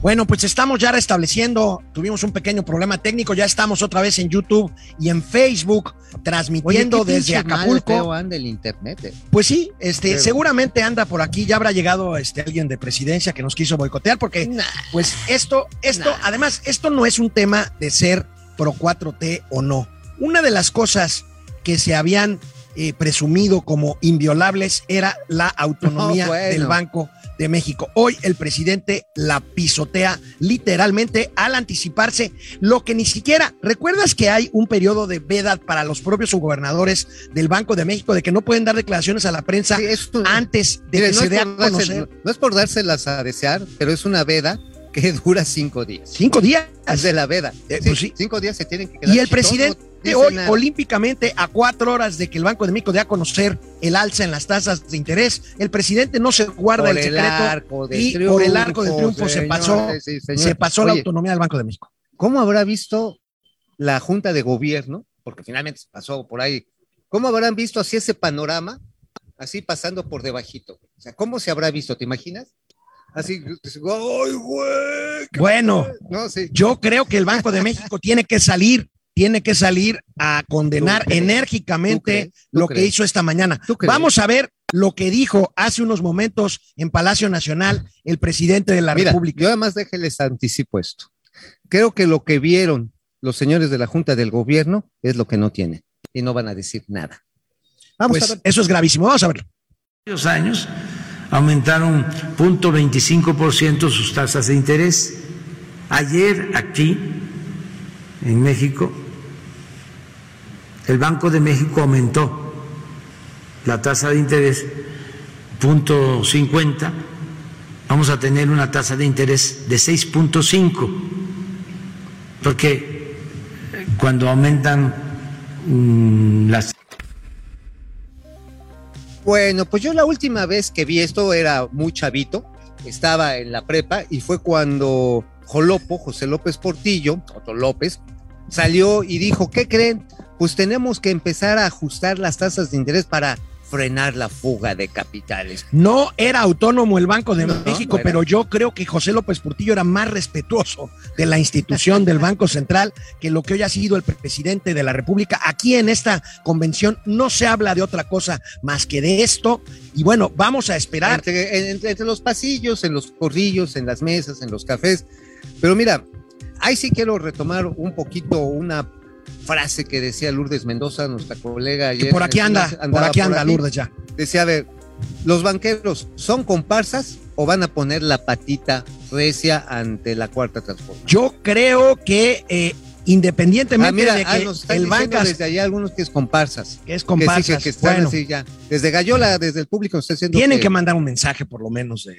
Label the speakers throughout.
Speaker 1: Bueno, pues estamos ya restableciendo, tuvimos un pequeño problema técnico, ya estamos otra vez en YouTube y en Facebook transmitiendo
Speaker 2: Oye, ¿qué
Speaker 1: desde
Speaker 2: pinche mal
Speaker 1: Acapulco.
Speaker 2: feo anda el internet. eh.
Speaker 1: Pues sí, este,
Speaker 2: Pero-
Speaker 1: seguramente anda por aquí, ya habrá llegado este alguien de presidencia que nos quiso boicotear, porque
Speaker 2: Nah.
Speaker 1: pues esto, esto,
Speaker 2: Nah.
Speaker 1: además, esto no es un tema de ser pro 4T o no. Una de las cosas que se habían eh, presumido como inviolables era la autonomía
Speaker 2: No, bueno.
Speaker 1: del Banco de México. Hoy el presidente la pisotea literalmente al anticiparse lo que ni siquiera, ¿recuerdas que hay un periodo de vedad para los propios gobernadores del Banco de México de que no pueden dar declaraciones a la prensa
Speaker 2: Sí, es un-
Speaker 1: antes de
Speaker 2: mire,
Speaker 1: que
Speaker 2: no,
Speaker 1: se dé
Speaker 2: es
Speaker 1: a
Speaker 2: por darse-
Speaker 1: conocer?
Speaker 2: no es por dárselas a desear, pero es una veda que dura cinco días.
Speaker 1: Cinco días.
Speaker 2: Es de la veda.
Speaker 1: Eh,
Speaker 2: Sí,
Speaker 1: pues sí.
Speaker 2: Cinco días se tienen que quedar.
Speaker 1: Y el
Speaker 2: chiquitos,
Speaker 1: presidente
Speaker 2: no dicen
Speaker 1: hoy
Speaker 2: nada.
Speaker 1: olímpicamente a cuatro horas de que el Banco de México dé a conocer el alza en las tasas de interés, el presidente no se guarda
Speaker 2: Por
Speaker 1: el secreto,
Speaker 2: arco
Speaker 1: y por el arco del triunfo se pasó-
Speaker 2: señores y señores.
Speaker 1: se pasó la
Speaker 2: Oye,
Speaker 1: autonomía del Banco de México.
Speaker 2: ¿Cómo habrá visto la Junta de Gobierno? Porque finalmente se pasó por ahí. ¿Cómo habrán visto así ese panorama? Así pasando por debajito. O sea, ¿cómo se habrá visto? ¿Te imaginas? Así, ¡ay, güey!
Speaker 1: Bueno,
Speaker 2: No, sí.
Speaker 1: yo creo que el Banco de México tiene que salir, tiene que salir a condenar
Speaker 2: ¿Tú crees? ¿Tú
Speaker 1: enérgicamente
Speaker 2: crees? ¿Tú
Speaker 1: lo que
Speaker 2: crees?
Speaker 1: hizo esta mañana.
Speaker 2: ¿Tú crees?
Speaker 1: Vamos a ver lo que dijo hace unos momentos en Palacio Nacional el presidente de la
Speaker 2: Mira,
Speaker 1: República.
Speaker 2: yo además déjenles anticipo esto. Creo que lo que vieron los señores de la Junta del Gobierno es lo que no tienen y no van a decir nada. Vamos
Speaker 1: Pues
Speaker 2: a ver.
Speaker 1: eso es gravísimo, vamos a verlo.
Speaker 3: varios años aumentaron 0.25% sus tasas de interés. Ayer aquí, en México, el Banco de México aumentó la tasa de interés 0.50. Vamos a tener una tasa de interés de 6.5, porque eh, cuando aumentan mm, las
Speaker 2: Bueno, pues yo la última vez que vi esto era muy chavito, estaba en la prepa y fue cuando Jolopo, José López Portillo, Otto López, salió y dijo, ¿qué creen? Pues tenemos que empezar a ajustar las tasas de interés para frenar la fuga de capitales.
Speaker 1: No era autónomo el Banco de
Speaker 2: No,
Speaker 1: México,
Speaker 2: no era.
Speaker 1: pero yo creo que José López Portillo era más respetuoso de la institución del Banco Central que lo que hoy ha sido el presidente de la República. Aquí en esta convención no se habla de otra cosa más que de esto. Y bueno, vamos a esperar.
Speaker 2: Entre, en- entre- entre los pasillos, en los corrillos, en las mesas, en los cafés. Pero mira, ahí sí quiero retomar un poquito una frase que decía Lourdes Mendoza, nuestra colega.
Speaker 1: que
Speaker 2: ayer
Speaker 1: por
Speaker 2: en
Speaker 1: aquí
Speaker 2: el
Speaker 1: anda,
Speaker 2: Senado,
Speaker 1: por
Speaker 2: andaba
Speaker 1: aquí anda
Speaker 2: aquí.
Speaker 1: Lourdes ya.
Speaker 2: Decía, a ver, ¿los banqueros son comparsas o van a poner la patita recia ante la cuarta transformación?
Speaker 1: Yo creo que eh, independientemente
Speaker 2: Ah, mira,
Speaker 1: de que
Speaker 2: ah, nos están
Speaker 1: el
Speaker 2: diciendo
Speaker 1: Banco
Speaker 2: desde allá algunos que es comparsas.
Speaker 1: es
Speaker 2: que sí,
Speaker 1: comparsas,
Speaker 2: que, que están
Speaker 1: bueno,
Speaker 2: así ya. Desde Gallola, desde el público, nos está diciendo
Speaker 1: tienen
Speaker 2: que-
Speaker 1: que mandar un mensaje por lo menos de,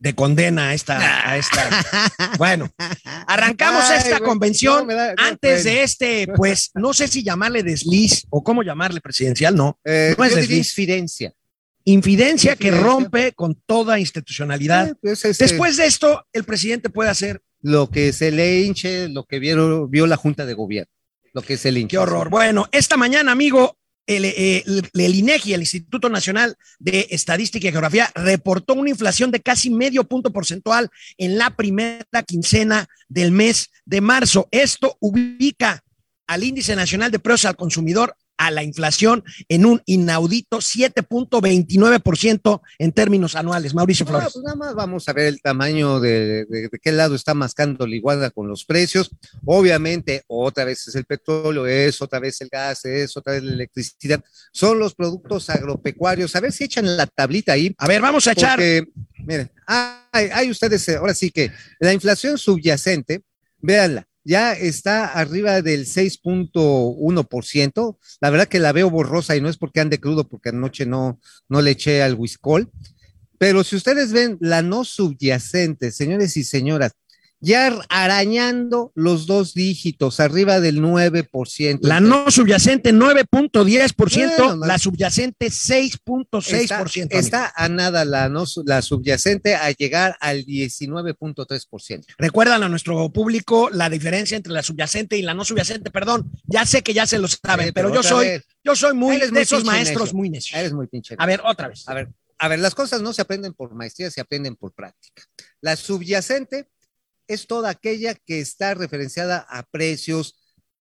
Speaker 1: de condena a esta, a esta. Bueno, arrancamos
Speaker 2: Ay,
Speaker 1: esta
Speaker 2: güey,
Speaker 1: convención.
Speaker 2: no, me da- no,
Speaker 1: Antes
Speaker 2: bueno.
Speaker 1: de este, pues no sé si llamarle desliz o cómo llamarle presidencial, no.
Speaker 2: Eh,
Speaker 1: No es
Speaker 2: yo diría eh,
Speaker 1: desliz.
Speaker 2: infidencia.
Speaker 1: Infidencia que
Speaker 2: Infidencia.
Speaker 1: rompe con toda institucionalidad.
Speaker 2: Eh, pues, este,
Speaker 1: Después de esto, el presidente puede hacer,
Speaker 2: lo que se le hinche, lo que vieron, vio la Junta de Gobierno, lo que se le hinche.
Speaker 1: qué horror. Bueno, esta mañana, amigo, el, eh, el- el INEGI, el Instituto Nacional de Estadística y Geografía, reportó una inflación de casi medio punto porcentual en la primera quincena del mes de marzo. Esto ubica al índice nacional de precios al consumidor a la inflación en un inaudito 7.29% en términos anuales. Mauricio
Speaker 2: No,
Speaker 1: Flores.
Speaker 2: pues nada más vamos a ver el tamaño de, de- de qué lado está mascando la iguana con los precios. Obviamente, otra vez es el petróleo, es otra vez el gas, es otra vez la electricidad. Son los productos agropecuarios. A ver si echan la tablita ahí.
Speaker 1: A ver, vamos a echar.
Speaker 2: Porque, miren, hay, hay ustedes, eh, ahora sí que la inflación subyacente, véanla, ya está arriba del 6.1%. La verdad que la veo borrosa y no es porque ande crudo, porque anoche no, no le eché al whiskol. Pero si ustedes ven la no subyacente, señores y señoras, ya arañando los dos dígitos, arriba del 9%.
Speaker 1: La no subyacente 9.10%,
Speaker 2: Bueno, no-
Speaker 1: la subyacente
Speaker 2: está,
Speaker 1: 6.6%. amigo.
Speaker 2: está a nada la, no, su- la subyacente a llegar al 19.3%.
Speaker 1: Recuerdan a nuestro público la diferencia entre la subyacente y la no subyacente, perdón, ya sé que ya se lo saben,
Speaker 2: Eh,
Speaker 1: pero, yo
Speaker 2: otra
Speaker 1: soy,
Speaker 2: vez,
Speaker 1: yo soy muy
Speaker 2: Eres
Speaker 1: de
Speaker 2: muy
Speaker 1: esos
Speaker 2: pinche
Speaker 1: maestros
Speaker 2: necio.
Speaker 1: muy necios.
Speaker 2: eres muy pinche.
Speaker 1: A ver, otra vez.
Speaker 2: A ver, a ver, las cosas no se aprenden por maestría, se aprenden por práctica. La subyacente es toda aquella que está referenciada a precios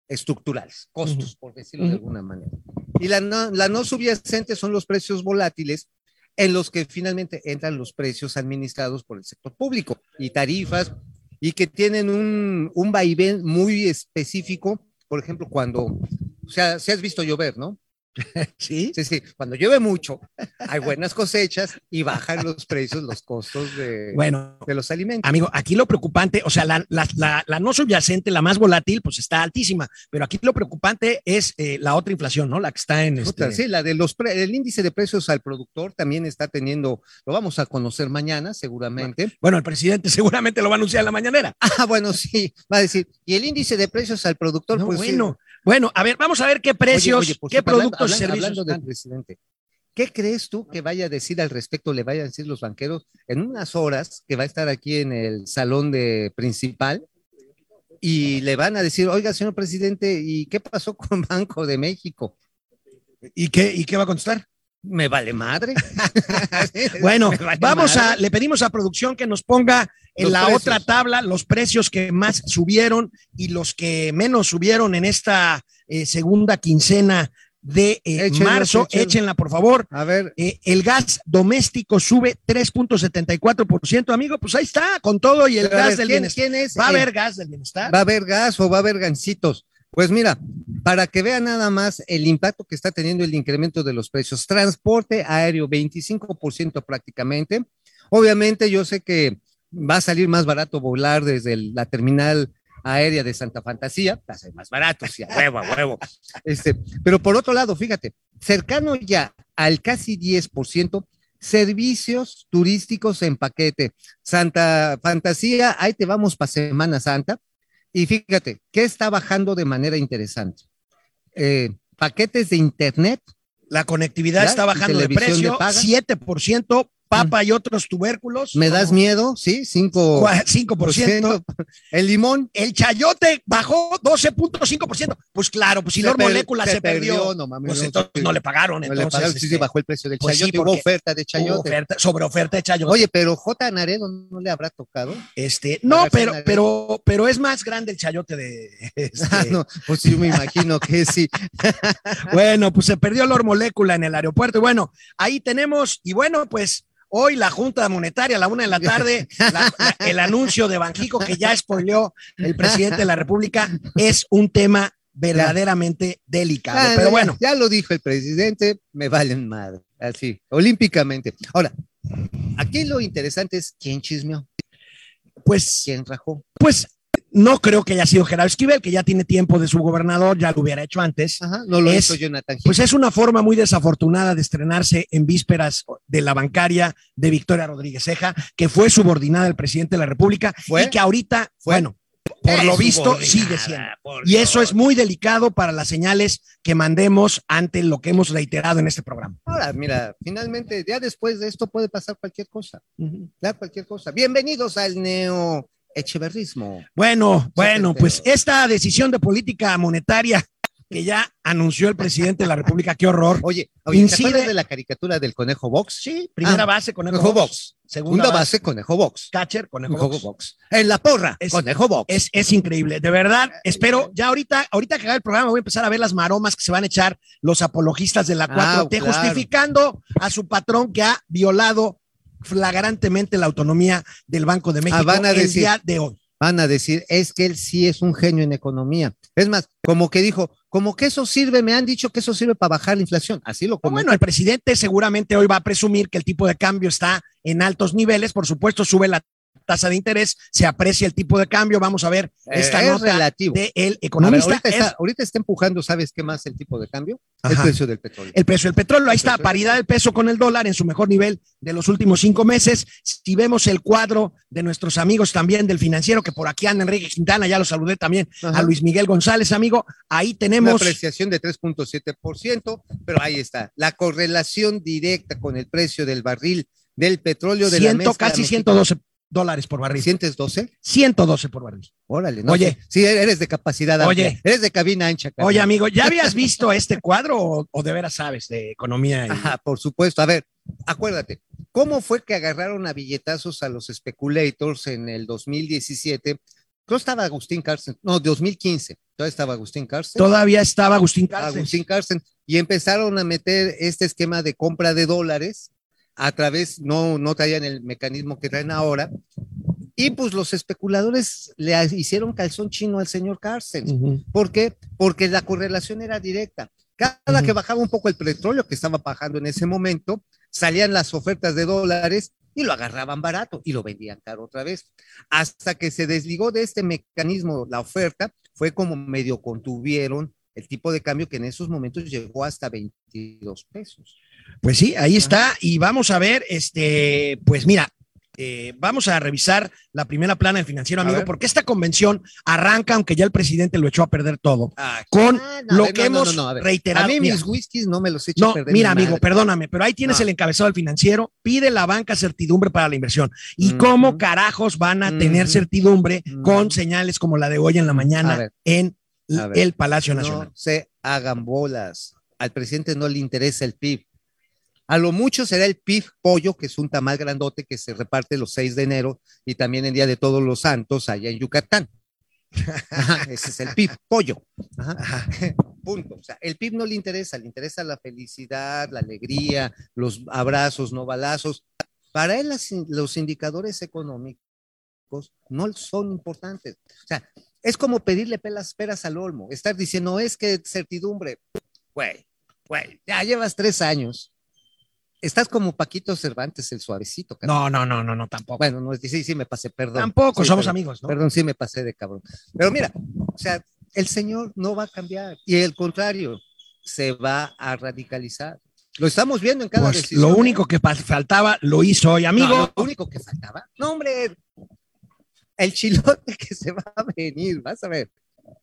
Speaker 2: estructurales, costos, por decirlo de
Speaker 1: Ujú.
Speaker 2: alguna manera. Y la no, la no subyacente son los precios volátiles en los que finalmente entran los precios administrados por el sector público y tarifas y que tienen un, un vaivén muy específico, por ejemplo, cuando, o sea, si has visto llover, ¿no?
Speaker 1: Sí.
Speaker 2: Sí, sí, cuando llueve mucho, hay buenas cosechas y bajan los precios, los costos de,
Speaker 1: Bueno, Ah,
Speaker 2: de los alimentos.
Speaker 1: Amigo, aquí lo preocupante, o sea, la, la- la- la no subyacente, la más volátil, pues está altísima, pero aquí lo preocupante es eh, la otra inflación, ¿no? La que está en
Speaker 2: Puta,
Speaker 1: este,
Speaker 2: Sí, la de los pre- el índice de precios al productor también está teniendo, lo vamos a conocer mañana seguramente.
Speaker 1: Bueno, el presidente seguramente lo va a anunciar en la mañanera.
Speaker 2: Ah, bueno, sí, va a decir, y el índice de precios al productor,
Speaker 1: No,
Speaker 2: pues sí.
Speaker 1: bueno, bueno, a ver, vamos a ver qué
Speaker 2: Oye,
Speaker 1: precios,
Speaker 2: oye, por
Speaker 1: qué
Speaker 2: cierto, hablando-
Speaker 1: productos y
Speaker 2: hablando-
Speaker 1: servicios. Ah.
Speaker 2: hablando del
Speaker 1: están.
Speaker 2: presidente. ¿Qué crees tú que vaya a decir al respecto, le vayan a decir los banqueros en unas horas que va a estar aquí en el salón de principal? Y le van a decir, oiga, señor presidente, ¿y qué pasó con Banco de México?
Speaker 1: ¿Y, qué, ¿Y qué va a contestar?
Speaker 2: Me vale madre.
Speaker 1: Bueno,
Speaker 2: Me vale
Speaker 1: vamos a,
Speaker 2: madre.
Speaker 1: le pedimos a producción que nos ponga en
Speaker 2: Los
Speaker 1: la
Speaker 2: precios.
Speaker 1: otra tabla los precios que más subieron y los que menos subieron en esta eh, segunda quincena de eh,
Speaker 2: Échenlos,
Speaker 1: marzo.
Speaker 2: échenlos.
Speaker 1: Échenla, por favor.
Speaker 2: A ver,
Speaker 1: Eh, el gas doméstico sube 3.74%, amigo. Pues ahí está, con todo y el
Speaker 2: pero a
Speaker 1: gas
Speaker 2: ver,
Speaker 1: del
Speaker 2: ¿quién,
Speaker 1: bienestar.
Speaker 2: quién es?
Speaker 1: ¿Va a
Speaker 2: el-
Speaker 1: haber gas del bienestar?
Speaker 2: ¿Va a haber gas o va a haber gancitos? Pues mira, para que vean nada más el impacto que está teniendo el incremento de los precios. Transporte aéreo, 25% prácticamente. Obviamente yo sé que va a salir más barato volar desde el- la terminal aérea de Santa Fantasía, va a ser más barato, sí, a huevo, a huevo. Este, pero por otro lado, fíjate, cercano ya al casi 10%, servicios turísticos en paquete. Santa Fantasía, ahí te vamos para Semana Santa. Y fíjate, ¿qué está bajando de manera interesante? Eh, paquetes de internet,
Speaker 1: La conectividad
Speaker 2: Ya,
Speaker 1: está bajando de precio,
Speaker 2: televisión de paga.
Speaker 1: 7%, papa y otros tubérculos.
Speaker 2: me das miedo, ¿sí? 5%.
Speaker 1: Cua- 5%.
Speaker 2: El limón.
Speaker 1: El chayote bajó 12.5%. Pues claro, pues si la
Speaker 2: per-
Speaker 1: molécula se, perdió,
Speaker 2: no mames.
Speaker 1: pues
Speaker 2: no,
Speaker 1: entonces
Speaker 2: sí,
Speaker 1: no le pagaron.
Speaker 2: no le
Speaker 1: entonces,
Speaker 2: pagaron, sí,
Speaker 1: este,
Speaker 2: sí, bajó el precio del
Speaker 1: pues sí,
Speaker 2: chayote, hubo
Speaker 1: porque
Speaker 2: oferta de
Speaker 1: hubo
Speaker 2: chayote.
Speaker 1: oferta- sobre oferta de chayote.
Speaker 2: Oye, pero J. Naredo no le habrá tocado.
Speaker 1: este, no,
Speaker 2: García
Speaker 1: pero,
Speaker 2: Nagel.
Speaker 1: pero, pero es más grande el chayote de. este,
Speaker 2: Ah, no, pues yo me imagino que sí.
Speaker 1: Bueno, pues se perdió la molécula en el aeropuerto. Y bueno, ahí tenemos, y bueno, pues hoy la Junta Monetaria, a la una de la tarde, la- la- el anuncio de Banjico que ya spoileó el presidente de la República, es un tema verdaderamente delicado.
Speaker 2: Ah,
Speaker 1: Pero
Speaker 2: ya-
Speaker 1: bueno,
Speaker 2: Ya, lo dijo el presidente, me valen madre. Así, olímpicamente. Ahora, aquí lo interesante es quién chismeó,
Speaker 1: pues,
Speaker 2: quién rajó.
Speaker 1: pues no creo que haya sido Gerardo Esquivel, que ya tiene tiempo de su gobernador, ya lo hubiera hecho antes.
Speaker 2: Ajá, no lo
Speaker 1: Es-
Speaker 2: hizo Jonathan Gil.
Speaker 1: Pues es una forma muy desafortunada de estrenarse en vísperas de la bancaria de Victoria Rodríguez Ceja, que fue subordinada del presidente de la República
Speaker 2: ¿Fue?
Speaker 1: y que ahorita,
Speaker 2: ¿Fue?
Speaker 1: bueno, por
Speaker 2: Es
Speaker 1: lo visto
Speaker 2: subordinada,
Speaker 1: sigue siendo.
Speaker 2: por
Speaker 1: Y eso
Speaker 2: Dios.
Speaker 1: es muy delicado para las señales que mandemos ante lo que hemos reiterado en este programa.
Speaker 2: Ahora, mira, finalmente, ya después de esto puede pasar cualquier cosa. Claro, cualquier cosa. Bienvenidos al neo echeverrismo.
Speaker 1: Bueno, bueno,
Speaker 2: pero-
Speaker 1: pues esta decisión de política monetaria que ya anunció el presidente de la República, qué horror.
Speaker 2: Oye, oye ¿te
Speaker 1: Incide-
Speaker 2: acuerdas de la caricatura del conejo Box? Sí,
Speaker 1: Primera base, conejo
Speaker 2: Ah, conejo
Speaker 1: box.
Speaker 2: Box.
Speaker 1: Segunda
Speaker 2: Segunda
Speaker 1: base,
Speaker 2: base, conejo Box.
Speaker 1: catcher, conejo
Speaker 2: Conejo
Speaker 1: box.
Speaker 2: Box. En la porra,
Speaker 1: Es-
Speaker 2: conejo Box.
Speaker 1: Es, es increíble, de verdad. Espero, ya ahorita, ahorita que haga el programa, voy a empezar a ver las maromas que se van a echar los apologistas de la
Speaker 2: Ah,
Speaker 1: 4T,
Speaker 2: claro.
Speaker 1: justificando a su patrón que ha violado flagrantemente la autonomía del Banco de México
Speaker 2: Ah, van a
Speaker 1: el
Speaker 2: decir-
Speaker 1: día de hoy.
Speaker 2: van a decir, es que él sí es un genio en economía. Es más, como que dijo, como que eso sirve, me han dicho que eso sirve para bajar la inflación. Así lo
Speaker 1: Pero
Speaker 2: comentó.
Speaker 1: Bueno, el presidente seguramente hoy va a presumir que el tipo de cambio está en altos niveles, por supuesto, sube la tasa de interés, se aprecia el tipo de cambio. Vamos a ver esta
Speaker 2: Eh, es
Speaker 1: nota
Speaker 2: relativo.
Speaker 1: de El
Speaker 2: A ver,
Speaker 1: Economista.
Speaker 2: ahorita,
Speaker 1: Es
Speaker 2: está, ahorita está empujando, ¿sabes qué más? El tipo de cambio, el
Speaker 1: Ajá.
Speaker 2: precio del petróleo.
Speaker 1: el precio del petróleo. Ahí está,
Speaker 2: Perfecto.
Speaker 1: paridad del peso con el dólar en su mejor nivel de los últimos cinco meses. Si vemos el cuadro de nuestros amigos también del financiero, que por aquí anda Enrique Quintana, ya lo saludé también
Speaker 2: Ajá.
Speaker 1: a Luis Miguel González, amigo. Ahí
Speaker 2: Una
Speaker 1: tenemos.
Speaker 2: apreciación de 3.7%, pero ahí está. La correlación directa con el precio del barril del petróleo de la
Speaker 1: 100,
Speaker 2: mezcla
Speaker 1: casi
Speaker 2: mexicana.
Speaker 1: 112 dólares por barril.
Speaker 2: 112.
Speaker 1: 112 por barril.
Speaker 2: Órale, no.
Speaker 1: Oye.
Speaker 2: sé. Sí, eres de capacidad amplia.
Speaker 1: Oye.
Speaker 2: Eres de cabina ancha. carnal.
Speaker 1: Oye, amigo, ¿ya habías visto este cuadro o, o de veras sabes de economía? y-
Speaker 2: Ajá, por supuesto. A ver, acuérdate, ¿cómo fue que agarraron a billetazos a los speculators en el 2017? No estaba Agustín Carsten, no, 2015. Todavía estaba Agustín Carsten.
Speaker 1: Todavía estaba Agustín Carsten.
Speaker 2: Agustín Carsten. Y empezaron a meter este esquema de compra de dólares a través, no, no traían el mecanismo que traen ahora. Y pues los especuladores le ha- hicieron calzón chino al señor Carsten.
Speaker 1: Ujú.
Speaker 2: ¿Por qué? Porque la correlación era directa. Cada
Speaker 1: Ujú.
Speaker 2: que bajaba un poco el petróleo, que estaba bajando en ese momento, salían las ofertas de dólares y lo agarraban barato y lo vendían caro otra vez. Hasta que se desligó de este mecanismo la oferta, fue como medio contuvieron el tipo de cambio que en esos momentos llegó hasta 22 pesos.
Speaker 1: Pues sí, ahí está. Y vamos a ver, este, pues mira, eh, vamos a revisar la primera plana del financiero,
Speaker 2: A
Speaker 1: amigo,
Speaker 2: ver.
Speaker 1: porque esta convención arranca, aunque ya el presidente lo echó a perder todo, con
Speaker 2: Ah, no, a
Speaker 1: lo
Speaker 2: ver,
Speaker 1: que
Speaker 2: no, no,
Speaker 1: hemos
Speaker 2: no, no, a ver.
Speaker 1: reiterado.
Speaker 2: A mí
Speaker 1: Mira,
Speaker 2: mis whiskies no me los he
Speaker 1: No, mira, amigo, perdóname, pero ahí tienes
Speaker 2: No.
Speaker 1: el encabezado del financiero. Pide la banca certidumbre para la inversión. ¿Y
Speaker 2: Ujú.
Speaker 1: cómo carajos van a tener
Speaker 2: Ujú.
Speaker 1: certidumbre
Speaker 2: Ujú.
Speaker 1: con señales como la de hoy en la
Speaker 2: A
Speaker 1: mañana
Speaker 2: ver.
Speaker 1: en
Speaker 2: A ver.
Speaker 1: el Palacio Nacional?
Speaker 2: No se hagan bolas. Al presidente no le interesa el PIB. A lo mucho será el PIB pollo, que es un tamal grandote que se reparte los 6 de enero y también el Día de Todos los Santos allá en Yucatán. Ajá, ese es el PIB pollo. Ajá. Punto. O sea, el PIB no le interesa, le interesa la felicidad, la alegría, los abrazos, no balazos. Para él las in- los indicadores económicos no son importantes. O sea, es como pedirle pelas, peras al olmo, estar diciendo, es que certidumbre, güey, güey, ya llevas tres años, estás como Paquito Cervantes, el suavecito. cabrón.
Speaker 1: No, no, no, no, no, tampoco.
Speaker 2: Bueno, no, sí, sí, me pasé, perdón.
Speaker 1: tampoco,
Speaker 2: Sí,
Speaker 1: somos
Speaker 2: perdón.
Speaker 1: amigos, ¿no?
Speaker 2: Perdón, sí me pasé de cabrón. Pero mira, o sea, el señor no va a cambiar y al contrario, se va a radicalizar. Lo estamos viendo en cada
Speaker 1: Pues,
Speaker 2: decisión.
Speaker 1: lo
Speaker 2: ¿eh?
Speaker 1: único que pa- faltaba lo hizo hoy, amigo.
Speaker 2: No, lo único que faltaba. No, hombre, el chilote que se va a venir, vas a ver.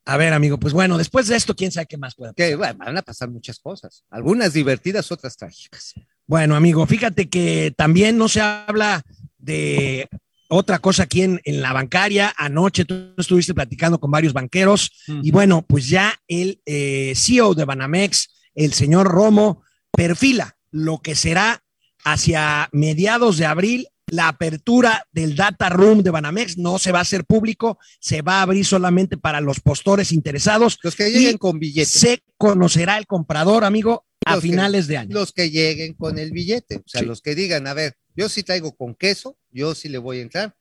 Speaker 1: A ver, amigo, pues bueno, después de esto, quién sabe qué más pueda.
Speaker 2: Que bueno, van a pasar muchas cosas, algunas divertidas, otras trágicas.
Speaker 1: Bueno, amigo, fíjate que también no se habla de otra cosa aquí en, en la bancaria. Anoche tú estuviste platicando con varios banqueros. Y bueno, pues ya el eh, CEO de Banamex, el señor Romo, perfila lo que será hacia mediados de abril la apertura del data room de Banamex. No se va a hacer público, se va a abrir solamente para los postores interesados.
Speaker 2: Los que lleguen
Speaker 1: Y
Speaker 2: con billete,
Speaker 1: Se conocerá el comprador, amigo, a
Speaker 2: Los que-
Speaker 1: finales de año.
Speaker 2: los que lleguen con el billete, o sea,
Speaker 1: Sí.
Speaker 2: los que digan, a ver, yo sí traigo con queso, yo sí le voy a entrar.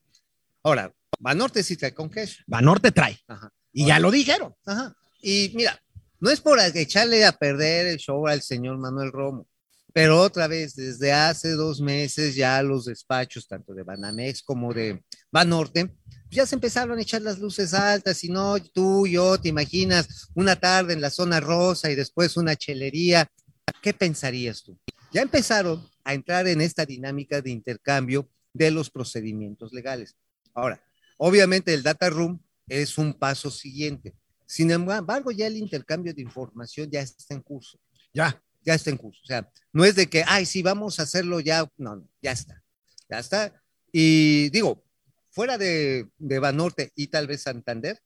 Speaker 2: Ahora, Banorte sí trae con queso.
Speaker 1: Banorte trae.
Speaker 2: Ajá.
Speaker 1: Y ya lo dijeron.
Speaker 2: Ajá. Y mira, no es por echarle a perder el show al señor Manuel Romo, pero otra vez, desde hace dos meses ya los despachos, tanto de Banamex como de Banorte, ya se empezaron a echar las luces altas y no, tú, yo, te imaginas una tarde en la zona rosa y después una chelería. ¿Qué pensarías tú? Ya empezaron a entrar en esta dinámica de intercambio de los procedimientos legales. Ahora, obviamente el data room es un paso siguiente. Sin embargo, ya el intercambio de información ya está en curso.
Speaker 1: Ya.
Speaker 2: Ya está en curso. O sea, no es de que, ay, sí, vamos a hacerlo ya. No, no, ya está. Ya está. Y digo, fuera de, de Banorte y tal vez Santander,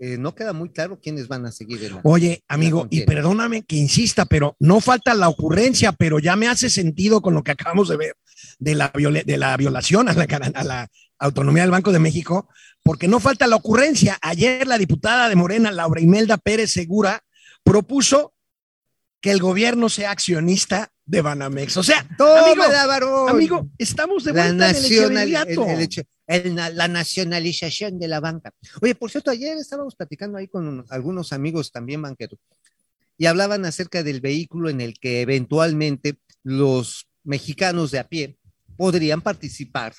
Speaker 2: eh, no queda muy claro quiénes van a seguir. en la-
Speaker 1: Oye, amigo, y
Speaker 2: contiene.
Speaker 1: perdóname que insista, pero no falta la ocurrencia, pero ya me hace sentido con lo que acabamos de ver de la, viole- de la violación a la, cara- a la autonomía del Banco de México, porque no falta la ocurrencia. Ayer la diputada de Morena, Laura Imelda Pérez Segura, propuso que el gobierno sea accionista de Banamex. O sea, amigo,
Speaker 2: ¡Tómala, varón!
Speaker 1: amigo, estamos de
Speaker 2: la,
Speaker 1: vuelta en el
Speaker 2: nacional, el-
Speaker 1: Echeverriato.
Speaker 2: el hecho- el na- la nacionalización de la banca. Oye, por cierto, ayer estábamos platicando ahí con un- algunos amigos también banqueros y hablaban acerca del vehículo en el que eventualmente los mexicanos de a pie podrían participar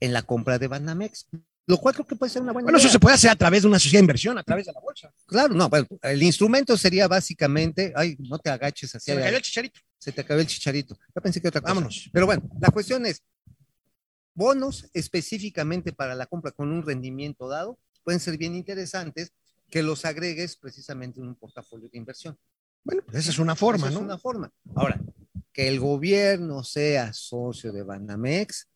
Speaker 2: en la compra de Banamex. Lo cual creo que puede ser una buena
Speaker 1: Bueno, eso
Speaker 2: idea.
Speaker 1: se puede hacer a través de una sociedad de inversión, a través de la bolsa.
Speaker 2: Claro, no, bueno, el instrumento sería básicamente, ay, no te agaches
Speaker 1: Se
Speaker 2: hacia
Speaker 1: me
Speaker 2: la-
Speaker 1: cayó el chicharito.
Speaker 2: se te acabó el chicharito. Yo pensé que otra cosa.
Speaker 1: Vámonos.
Speaker 2: Pero bueno, la cuestión es, bonos específicamente para la compra con un rendimiento dado pueden ser bien interesantes que los agregues precisamente en un portafolio de inversión.
Speaker 1: Bueno, pues esa es una forma,
Speaker 2: Esa
Speaker 1: ¿no?
Speaker 2: Es una forma. Ahora, que el gobierno sea socio de Banamex,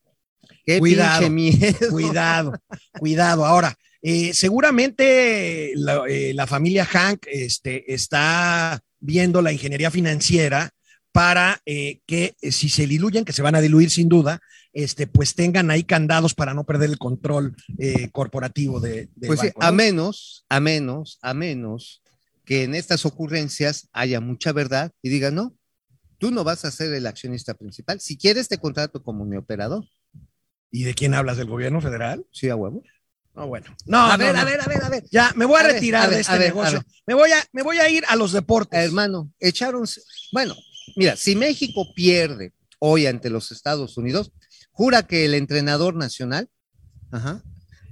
Speaker 2: qué
Speaker 1: Cuidado,
Speaker 2: pinche miedo.
Speaker 1: Cuidado, cuidado. Ahora, eh, seguramente la, eh, la familia Hank este, está viendo la ingeniería financiera para eh, que eh, si se diluyen, que se van a diluir sin duda, este, pues tengan ahí candados para no perder el control eh, corporativo de, del
Speaker 2: Pues sí,
Speaker 1: banco, ¿no?
Speaker 2: a menos, a menos, a menos que en estas ocurrencias haya mucha verdad y diga, no, tú no vas a ser el accionista principal. Si quieres, te contrato como mi operador.
Speaker 1: ¿Y de quién hablas? ¿Del gobierno federal?
Speaker 2: Sí, a huevo.
Speaker 1: No, bueno. No, no, no.
Speaker 2: a ver, a ver.
Speaker 1: Ya, me voy a,
Speaker 2: A ver,
Speaker 1: retirar
Speaker 2: a ver,
Speaker 1: de este
Speaker 2: a ver,
Speaker 1: negocio.
Speaker 2: a ver.
Speaker 1: Me, voy a, me voy a ir a los deportes.
Speaker 2: Hermano, echaron. Bueno, mira, si México pierde hoy ante los Estados Unidos, jura que el entrenador nacional ajá,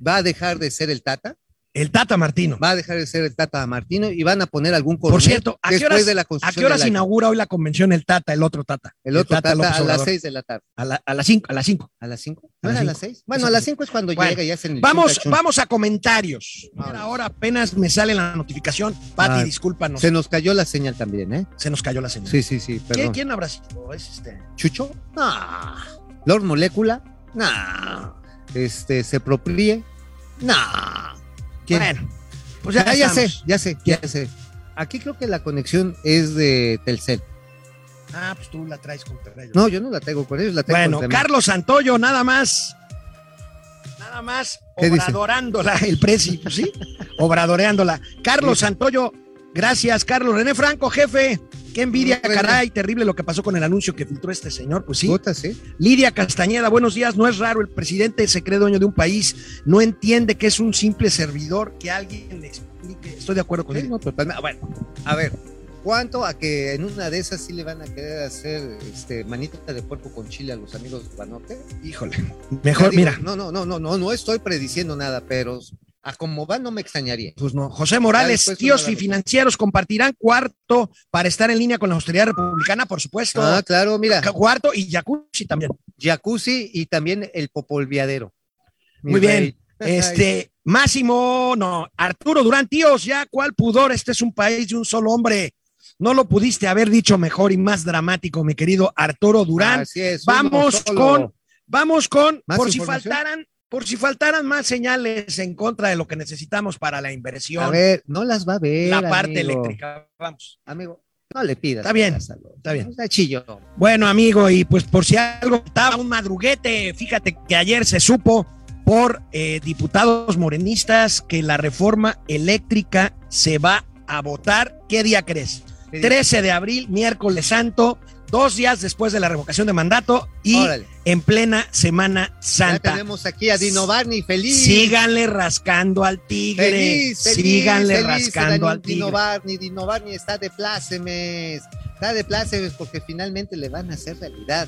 Speaker 2: va a dejar de ser el Tata,
Speaker 1: el Tata Martino.
Speaker 2: va a dejar de ser el Tata Martino y van a poner algún
Speaker 1: Por
Speaker 2: coronel
Speaker 1: cierto, ¿a qué
Speaker 2: después
Speaker 1: horas,
Speaker 2: de la
Speaker 1: ¿A
Speaker 2: construcción
Speaker 1: qué hora se
Speaker 2: del año.
Speaker 1: inaugura hoy la convención el Tata, el otro Tata?
Speaker 2: El otro Tata,
Speaker 1: López
Speaker 2: a las
Speaker 1: Obrador.
Speaker 2: seis de la tarde.
Speaker 1: A, la- a las cinco, a las cinco.
Speaker 2: ¿A las
Speaker 1: A
Speaker 2: 5? ¿No
Speaker 1: las
Speaker 2: era
Speaker 1: cinco.
Speaker 2: a las 6? Bueno,
Speaker 1: Exacto.
Speaker 2: a las 5 es cuando
Speaker 1: Bueno,
Speaker 2: llega y hacen el
Speaker 1: Vamos,
Speaker 2: chunta chunta.
Speaker 1: vamos a comentarios.
Speaker 2: Ahora.
Speaker 1: Mira, Ahora apenas me sale la notificación. Pati,
Speaker 2: Ah,
Speaker 1: discúlpanos. Se,
Speaker 2: Se nos cayó la señal también, ¿eh?
Speaker 1: nos cayó la señal.
Speaker 2: Sí, sí, sí,
Speaker 1: ¿Qui-
Speaker 2: perdón.
Speaker 1: ¿Quién habrá sido? Es este.
Speaker 2: ¿Chucho?
Speaker 1: Ah,
Speaker 2: ¿Lord Molécula?
Speaker 1: nah.
Speaker 2: Este, ¿se propríe?
Speaker 1: Nah.
Speaker 2: ¿Quién?
Speaker 1: Bueno, pues ya,
Speaker 2: Ah, Ya, ya sé,
Speaker 1: estamos.
Speaker 2: ya sé, ya sé. Aquí creo que la conexión es de Telcel.
Speaker 1: Ah, pues tú la traes contra ellos.
Speaker 2: No, yo no la tengo con ellos, la tengo
Speaker 1: bueno,
Speaker 2: con Telmex.
Speaker 1: Carlos Santoyo, nada más. Nada más
Speaker 2: ¿Qué dice?
Speaker 1: obradorándola, el presi, pues sí, obradoreándola. Carlos Santoyo, gracias, Carlos. René Franco, jefe, qué envidia,
Speaker 2: René.
Speaker 1: caray, terrible lo que pasó con el anuncio que filtró este señor, pues sí.
Speaker 2: Puta, sí.
Speaker 1: Lidia Castañeda, buenos días. No es raro, el presidente se cree dueño de un país, no entiende que es un simple servidor, que alguien le explique. Estoy de acuerdo con
Speaker 2: Sí,
Speaker 1: él.
Speaker 2: no, total- ah, Bueno, a ver, ¿cuánto a que en una de esas sí le van a querer hacer este, manita de puerco con chile a los amigos de Banorte?
Speaker 1: Híjole, mejor,
Speaker 2: Ya digo,
Speaker 1: mira,
Speaker 2: No, no, no, no, no, no estoy prediciendo nada, pero a como va no me extrañaría.
Speaker 1: Pues no. José Morales,
Speaker 2: después
Speaker 1: tíos
Speaker 2: una
Speaker 1: y
Speaker 2: de-
Speaker 1: financieros compartirán cuarto para estar en línea con la austeridad republicana, por supuesto.
Speaker 2: Ah, claro, mira,
Speaker 1: Ca- Cuarto y jacuzzi también.
Speaker 2: jacuzzi y también el popolviadero. Mi
Speaker 1: Muy
Speaker 2: rey.
Speaker 1: bien. Este, Máximo, no, Arturo Durán, tíos, ya cuál pudor, este es un país de un solo hombre. No lo pudiste haber dicho mejor y más dramático, mi querido Arturo Durán.
Speaker 2: Así es, uno
Speaker 1: Vamos
Speaker 2: solo.
Speaker 1: con, vamos con,
Speaker 2: ¿Más
Speaker 1: por si
Speaker 2: información?
Speaker 1: faltaran, por si faltaran más señales en contra de lo que necesitamos para la
Speaker 2: A
Speaker 1: inversión,
Speaker 2: ver, no las va a ver.
Speaker 1: la parte
Speaker 2: amigo.
Speaker 1: eléctrica. Vamos.
Speaker 2: Amigo, no le pidas.
Speaker 1: Está bien,
Speaker 2: pásalo.
Speaker 1: está bien.
Speaker 2: No sea chillo.
Speaker 1: Bueno, amigo, y pues por si algo estaba un madruguete, fíjate que ayer se supo por eh, diputados morenistas que la reforma eléctrica se va a votar. ¿Qué día crees? 13 de abril, miércoles santo, dos días después de la revocación de mandato y
Speaker 2: Órale,
Speaker 1: en plena Semana
Speaker 2: ya
Speaker 1: Santa.
Speaker 2: tenemos aquí a Dino Barney feliz.
Speaker 1: Síganle rascando al tigre.
Speaker 2: Feliz, feliz,
Speaker 1: Síganle
Speaker 2: feliz,
Speaker 1: rascando
Speaker 2: Dani-
Speaker 1: al tigre.
Speaker 2: Dino Barney, Dino Barney está de plácemes, está de plácemes porque finalmente le van a hacer realidad.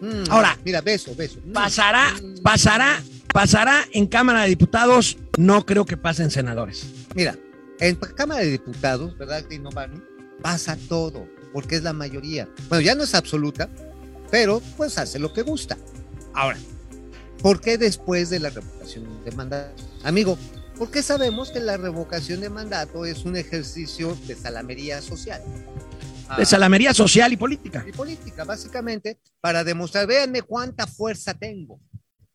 Speaker 2: Mm,
Speaker 1: Ahora.
Speaker 2: mira, beso, beso. Mm,
Speaker 1: Pasará,
Speaker 2: mm.
Speaker 1: pasará, pasará en Cámara de Diputados. No creo que pasen senadores.
Speaker 2: Mira, en la Cámara de Diputados, ¿verdad, Dino Barney? Pasa todo, porque es la mayoría. Bueno, ya no es absoluta, pero pues hace lo que gusta.
Speaker 1: Ahora,
Speaker 2: ¿Por qué después de la revocación de mandato? Amigo, porque sabemos que la revocación de mandato es un ejercicio de salamería social. Ah,
Speaker 1: de salamería social y política.
Speaker 2: y política, básicamente, para demostrar, véanme cuánta fuerza tengo.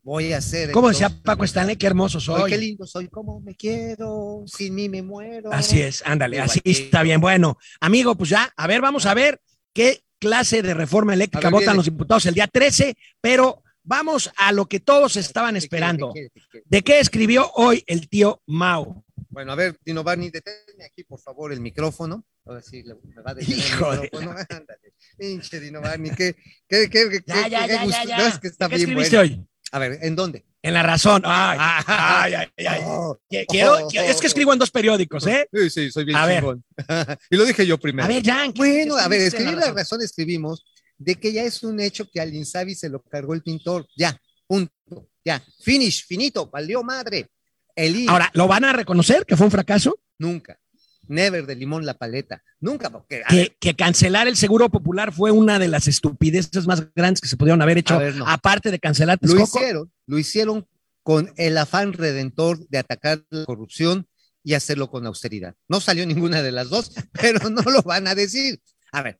Speaker 2: Voy a hacer.
Speaker 1: Como
Speaker 2: entonces-
Speaker 1: decía Paco Stanley, qué hermoso
Speaker 2: Ay, qué
Speaker 1: soy.
Speaker 2: lindo soy, cómo me quiero, sin mí me muero.
Speaker 1: Así es, ándale,
Speaker 2: Digo,
Speaker 1: así
Speaker 2: aquí-
Speaker 1: está bien. Bueno, amigo, pues ya, a ver, vamos a ver qué clase de reforma eléctrica
Speaker 2: A ver,
Speaker 1: votan
Speaker 2: viene.
Speaker 1: los diputados el día 13, pero vamos a lo que todos estaban
Speaker 2: Te quiero,
Speaker 1: esperando.
Speaker 2: te quiero, te quiero.
Speaker 1: ¿De qué escribió hoy el tío Mao?
Speaker 2: Bueno, a ver, Dino Barney, deténme aquí, por favor, el micrófono. Ahora sí, le- me va a detener
Speaker 1: Hijo de-
Speaker 2: el micrófono. Ándale, pinche Dino Barney, qué, qué, qué, qué,
Speaker 1: Ya,
Speaker 2: qué-
Speaker 1: ya,
Speaker 2: qué
Speaker 1: ya,
Speaker 2: gusto-
Speaker 1: ya, ya.
Speaker 2: No, es que está
Speaker 1: ¿Qué
Speaker 2: bien Ah,
Speaker 1: escribiste
Speaker 2: bueno.
Speaker 1: hoy?
Speaker 2: A ver, ¿en dónde?
Speaker 1: En la razón. Ay, ay, ay, ay.
Speaker 2: Oh,
Speaker 1: Qui- Quiero,
Speaker 2: oh,
Speaker 1: qui- es que escribo en dos periódicos, ¿eh?
Speaker 2: Sí, sí, soy bien
Speaker 1: A ver.
Speaker 2: chingón. y lo dije yo primero.
Speaker 1: A ver, Jan. ¿qué-
Speaker 2: Bueno,
Speaker 1: qué
Speaker 2: a ver,
Speaker 1: escribiste en
Speaker 2: escribir la
Speaker 1: razón?
Speaker 2: razón escribimos de que ya es un hecho que al Insabi se lo cargó el pintor. Ya, punto. Ya, finish, finito, valió madre. El INE,
Speaker 1: Ahora, ¿lo van a reconocer que fue un fracaso?
Speaker 2: nunca. Never de limón la paleta. Nunca, porque. a ver,
Speaker 1: Que, que cancelar el seguro popular fue una de las estupideces más grandes que se pudieron haber hecho,
Speaker 2: A ver, no.
Speaker 1: aparte de cancelar
Speaker 2: lo
Speaker 1: Texcoco.
Speaker 2: hicieron, lo hicieron con el afán redentor de atacar la corrupción y hacerlo con austeridad. No salió ninguna de las dos, pero no lo van a decir. A ver,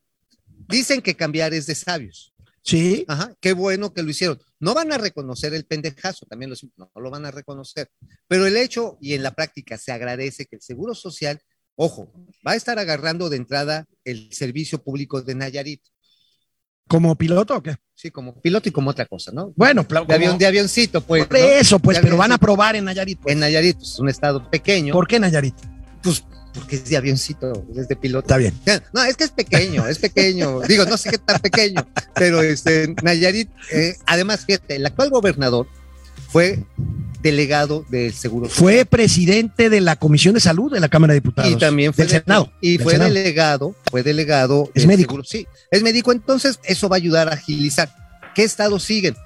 Speaker 2: dicen que cambiar es de sabios.
Speaker 1: Sí,
Speaker 2: Ajá, qué bueno que lo hicieron. No van a reconocer el pendejazo, también lo, no lo van a reconocer. Pero el hecho, y en la práctica se agradece que el Seguro Social, ojo, va a estar agarrando de entrada el servicio público de Nayarit,
Speaker 1: como piloto o qué?
Speaker 2: sí, como piloto y como otra cosa, ¿no?
Speaker 1: Bueno, pla-
Speaker 2: De, avión,
Speaker 1: como-
Speaker 2: de avioncito, pues.
Speaker 1: por
Speaker 2: ¿no?
Speaker 1: eso, pues,
Speaker 2: De
Speaker 1: pero van a
Speaker 2: avioncito.
Speaker 1: probar en Nayarit. pues.
Speaker 2: En Nayarit, pues, es un estado pequeño,
Speaker 1: ¿Por qué Nayarit?
Speaker 2: pues, porque es de avioncito, es de piloto.
Speaker 1: Está bien.
Speaker 2: No, es que es pequeño, es pequeño. Digo, no sé qué tan pequeño, pero este, Nayarit, eh, además, fíjate, el actual gobernador fue delegado del Seguro
Speaker 1: Fue presidente de la Comisión de Salud de la Cámara de Diputados.
Speaker 2: eh. y también fue
Speaker 1: del Senado.
Speaker 2: y
Speaker 1: del
Speaker 2: fue
Speaker 1: Senado.
Speaker 2: delegado, fue delegado.
Speaker 1: Es
Speaker 2: del
Speaker 1: médico.
Speaker 2: Seguro- sí, es médico. Entonces, eso va a ayudar a agilizar. ¿Qué estados siguen?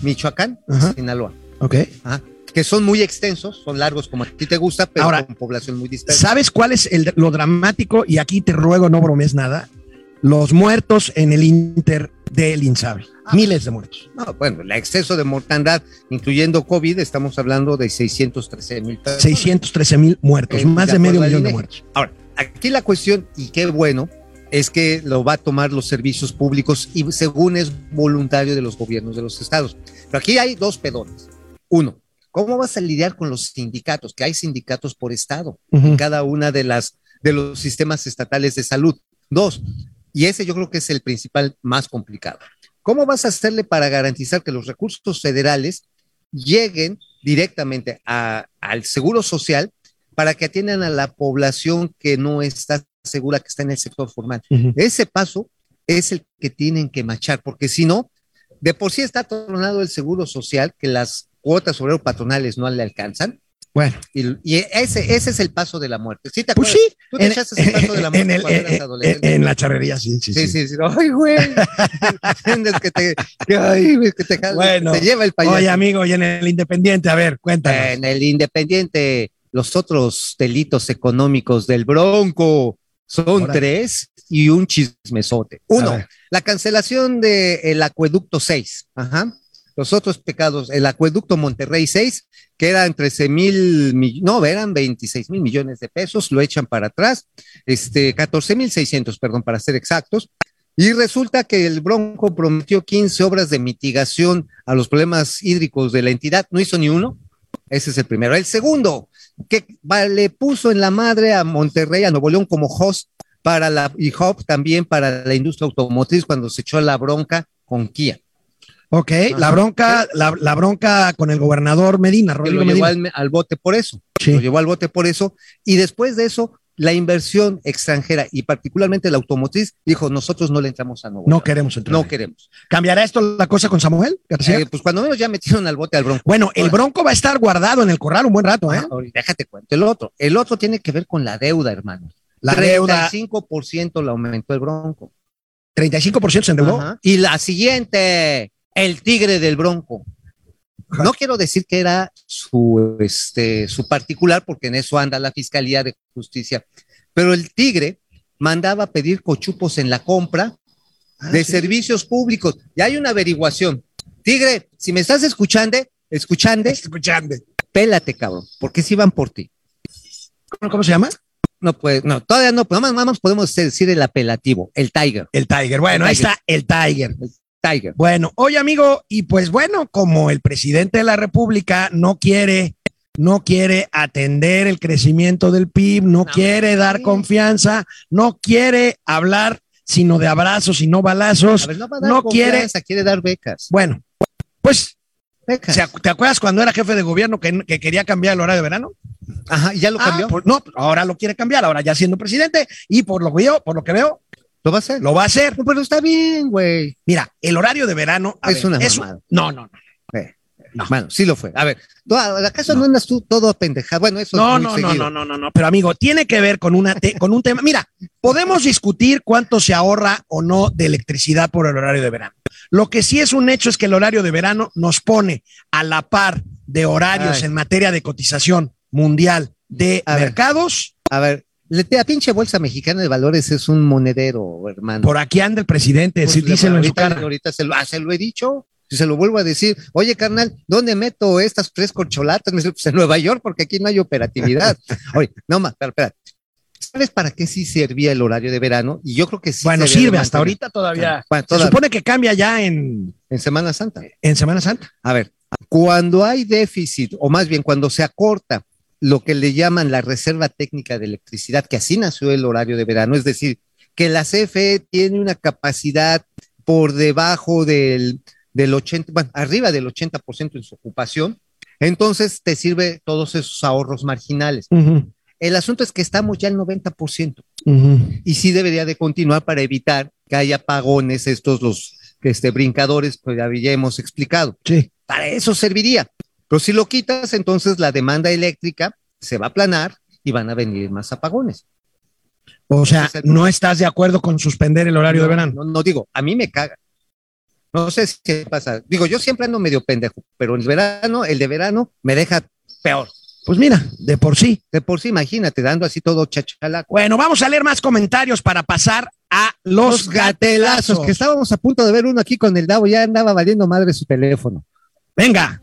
Speaker 2: Michoacán,
Speaker 1: Ajá.
Speaker 2: Sinaloa,
Speaker 1: Ok.
Speaker 2: ajá, que son muy extensos, son largos como a ti te gusta, pero
Speaker 1: Ahora,
Speaker 2: con población muy dispersa.
Speaker 1: ¿Sabes cuál es el- lo dramático? Y aquí te ruego, no bromees nada. Los muertos en el Inter del Insabi.
Speaker 2: Ah.
Speaker 1: Miles de muertos.
Speaker 2: No, bueno, el exceso de mortandad, incluyendo COVID, estamos hablando de 613 mil personas.
Speaker 1: 613 mil muertos.
Speaker 2: Eh,
Speaker 1: más
Speaker 2: de
Speaker 1: de medio
Speaker 2: acuerdo al
Speaker 1: millón de
Speaker 2: INEGI.
Speaker 1: muertos.
Speaker 2: Ahora, aquí la cuestión, y qué bueno, es que lo va a tomar los servicios públicos y según es voluntario de los gobiernos de los estados. Pero aquí hay dos pedones. Uno, ¿cómo vas a lidiar con los sindicatos? Que hay sindicatos por estado en cada una de las de los sistemas estatales de salud. Dos, y ese yo creo que es el principal más complicado. ¿Cómo vas a hacerle para garantizar que los recursos federales lleguen directamente a- al seguro social para que atiendan a la población que no está segura que está en el sector formal?
Speaker 1: Ujú.
Speaker 2: Ese paso es el que tienen que machar, porque si no, de por sí está tornado el seguro social, que las cuotas obrero patronales no le alcanzan.
Speaker 1: Bueno,
Speaker 2: Y, y ese, ese es el paso de la muerte. ¿Sí te
Speaker 1: pues
Speaker 2: acuerdas?
Speaker 1: sí.
Speaker 2: Tú te echaste el paso de la muerte
Speaker 1: en, el-
Speaker 2: cuando eras
Speaker 1: en-
Speaker 2: adolescente.
Speaker 1: en la charrería, sí, sí,
Speaker 2: Sí,
Speaker 1: sí.
Speaker 2: sí, sí. Ay, güey. ¿Entiendes que te, que, ay, güey, que te, jala-
Speaker 1: Bueno.
Speaker 2: te lleva el payaso?
Speaker 1: Oye, amigo, y en el Independiente, a ver, cuéntanos.
Speaker 2: en el Independiente, los otros delitos económicos del Bronco son
Speaker 1: Ahora.
Speaker 2: tres y un chismesote.
Speaker 1: A
Speaker 2: Uno,
Speaker 1: ver.
Speaker 2: la cancelación del acueducto 6. Ajá. Los otros pecados, el acueducto Monterrey 6, que eran 13 mil, mi- no, eran 26 mil millones de pesos, lo echan para atrás, este, 14 mil 600, perdón, para ser exactos. Y resulta que el Bronco prometió 15 obras de mitigación a los problemas hídricos de la entidad, no hizo ni uno. Ese es el primero. El segundo, que va- le puso en la madre a Monterrey, a Nuevo León como host para la y hub también para la industria automotriz cuando se echó la bronca con Kia.
Speaker 1: ok, la
Speaker 2: Ajá.
Speaker 1: bronca, la, la bronca con el gobernador Medina,
Speaker 2: Que
Speaker 1: Rodrigo
Speaker 2: lo llevó
Speaker 1: Medina.
Speaker 2: al, al bote por eso.
Speaker 1: Sí.
Speaker 2: Lo llevó al bote por eso. Y después de eso, la inversión extranjera y particularmente la automotriz dijo, nosotros no le entramos a Nuevo
Speaker 1: No
Speaker 2: León.
Speaker 1: queremos entrar.
Speaker 2: No queremos.
Speaker 1: ¿Cambiará esto la cosa con Samuel García?
Speaker 2: Eh, pues cuando menos ya metieron al bote al bronco.
Speaker 1: Bueno, el
Speaker 2: Ahora-
Speaker 1: Bronco va a estar guardado en el corral un buen rato, ¿eh?
Speaker 2: Ahora, Déjate cuento el otro. El otro tiene que ver con la deuda, hermano.
Speaker 1: La deuda,
Speaker 2: 35% la aumentó el bronco.
Speaker 1: 35% se endeudó.
Speaker 2: Ajá. Y la siguiente, el tigre del bronco. No quiero decir que era su, este, su particular, porque en eso anda la Fiscalía de Justicia, pero el tigre mandaba pedir cochupos en la compra
Speaker 1: Ah,
Speaker 2: de servicios públicos. Y hay una averiguación. Tigre, si me estás escuchando, escuchando,
Speaker 1: Este, Escuchando.
Speaker 2: pélate, cabrón, porque si van por ti.
Speaker 1: ¿Cómo, cómo se llama?
Speaker 2: No, pues, no, todavía no, nada más, nada más podemos decir el apelativo, el Tiger,
Speaker 1: El Tiger. Bueno,
Speaker 2: El
Speaker 1: ahí
Speaker 2: Tiger.
Speaker 1: está el Tiger.
Speaker 2: Tiger.
Speaker 1: Bueno, oye, amigo, y pues bueno, como el presidente de la República no quiere, no quiere atender el crecimiento del PIB, no, quiere dar confianza, no quiere hablar sino de abrazos y no balazos.
Speaker 2: A ver, no va a dar
Speaker 1: No quiere-
Speaker 2: confianza, quiere dar becas.
Speaker 1: Bueno, pues,
Speaker 2: Becas.
Speaker 1: ¿se ac- ¿te acuerdas cuando era jefe de gobierno que, que quería cambiar el horario de verano?
Speaker 2: Ajá, ¿y ya lo
Speaker 1: Ah,
Speaker 2: cambió.
Speaker 1: pues no, ahora lo quiere cambiar, ahora ya siendo presidente, y por lo que yo, por lo que veo,
Speaker 2: Lo va a hacer.
Speaker 1: lo va a hacer.
Speaker 2: No, pero está bien, güey.
Speaker 1: Mira, el horario de verano a
Speaker 2: Es una mamada.
Speaker 1: No, no, no.
Speaker 2: Eh. Bueno, sí lo fue. A ver, ¿tú- ¿acaso no, andas tú todo apendejado? Bueno, eso
Speaker 1: No,
Speaker 2: es muy
Speaker 1: no, no,
Speaker 2: seguido.
Speaker 1: no, no, no, no, pero amigo, tiene que ver con, una te- con un tema. Mira, podemos discutir cuánto se ahorra o no de electricidad por el horario de verano. Lo que sí es un hecho es que el horario de verano nos pone a la par de horarios
Speaker 2: Ay.
Speaker 1: en materia de cotización mundial de
Speaker 2: A ver.
Speaker 1: mercados.
Speaker 2: A ver, le- la pinche bolsa mexicana de valores es un monedero, hermano.
Speaker 1: Por aquí anda el presidente,
Speaker 2: Pues,
Speaker 1: sí,
Speaker 2: le-
Speaker 1: díselo en su
Speaker 2: ahorita-
Speaker 1: cara.
Speaker 2: Ahorita se lo, ah, se lo he dicho. Si se lo vuelvo a decir, oye carnal, ¿dónde meto estas tres corcholatas? Me dice, pues en Nueva York, porque aquí no hay operatividad. oye, no más, espera, espera. ¿Sabes para qué sí servía el horario de verano? Y yo creo que sí.
Speaker 1: Bueno,
Speaker 2: se debe
Speaker 1: sirve hasta
Speaker 2: mantener.
Speaker 1: ahorita todavía.
Speaker 2: Bueno,
Speaker 1: Se
Speaker 2: todavía,
Speaker 1: supone que cambia ya en,
Speaker 2: en Semana Santa.
Speaker 1: en Semana Santa.
Speaker 2: A ver, cuando hay déficit, o más bien cuando se acorta lo que le llaman la reserva técnica de electricidad, que así nació el horario de verano, es decir, que la CFE tiene una capacidad por debajo del, del 80, bueno, arriba del 80% en su ocupación, entonces te sirve todos esos ahorros marginales. El asunto es que estamos ya al 90% y sí debería de continuar para evitar que haya apagones, estos los este, brincadores, pues ya ya hemos explicado.
Speaker 1: Sí.
Speaker 2: Para eso serviría. Pero si lo quitas, entonces la demanda eléctrica se va a aplanar y van a venir más apagones.
Speaker 1: O sea,
Speaker 2: Ese es el-
Speaker 1: no estás de acuerdo con suspender el horario de verano.
Speaker 2: No, no digo, a mí me caga. No sé si qué pasa. Digo, yo siempre ando medio pendejo, pero el verano, el de verano me deja peor.
Speaker 1: Pues mira, de por sí.
Speaker 2: De por sí, imagínate, dando así todo chachalaco.
Speaker 1: Bueno, vamos a leer más comentarios para pasar a los,
Speaker 2: Los gatelazos, que estábamos a punto de ver uno aquí con el Davo, ya andaba valiendo madre su teléfono.
Speaker 1: Venga.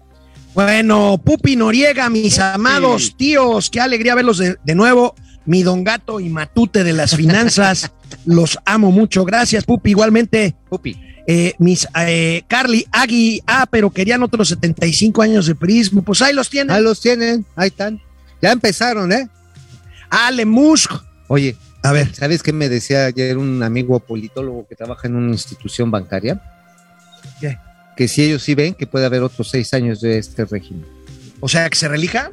Speaker 1: Bueno, Pupi Noriega, mis amados tíos, qué alegría verlos de, de nuevo. Mi don gato y matute de las finanzas, los amo mucho. Gracias, Pupi. Igualmente,
Speaker 2: Pupi.
Speaker 1: eh, mis eh, Carly, Agui, ah, pero querían otros 75 años de prismo. Pues ahí los tienen.
Speaker 2: Ahí los tienen, ahí están. Ya empezaron, ¿eh?
Speaker 1: Ale Musk.
Speaker 2: Oye,
Speaker 1: A ver,
Speaker 2: ¿sabes qué me decía ayer un amigo politólogo que trabaja en una institución bancaria?
Speaker 1: ¿Qué?
Speaker 2: Que si ellos sí ven que puede haber otros seis años de este régimen.
Speaker 1: o sea, que se relija.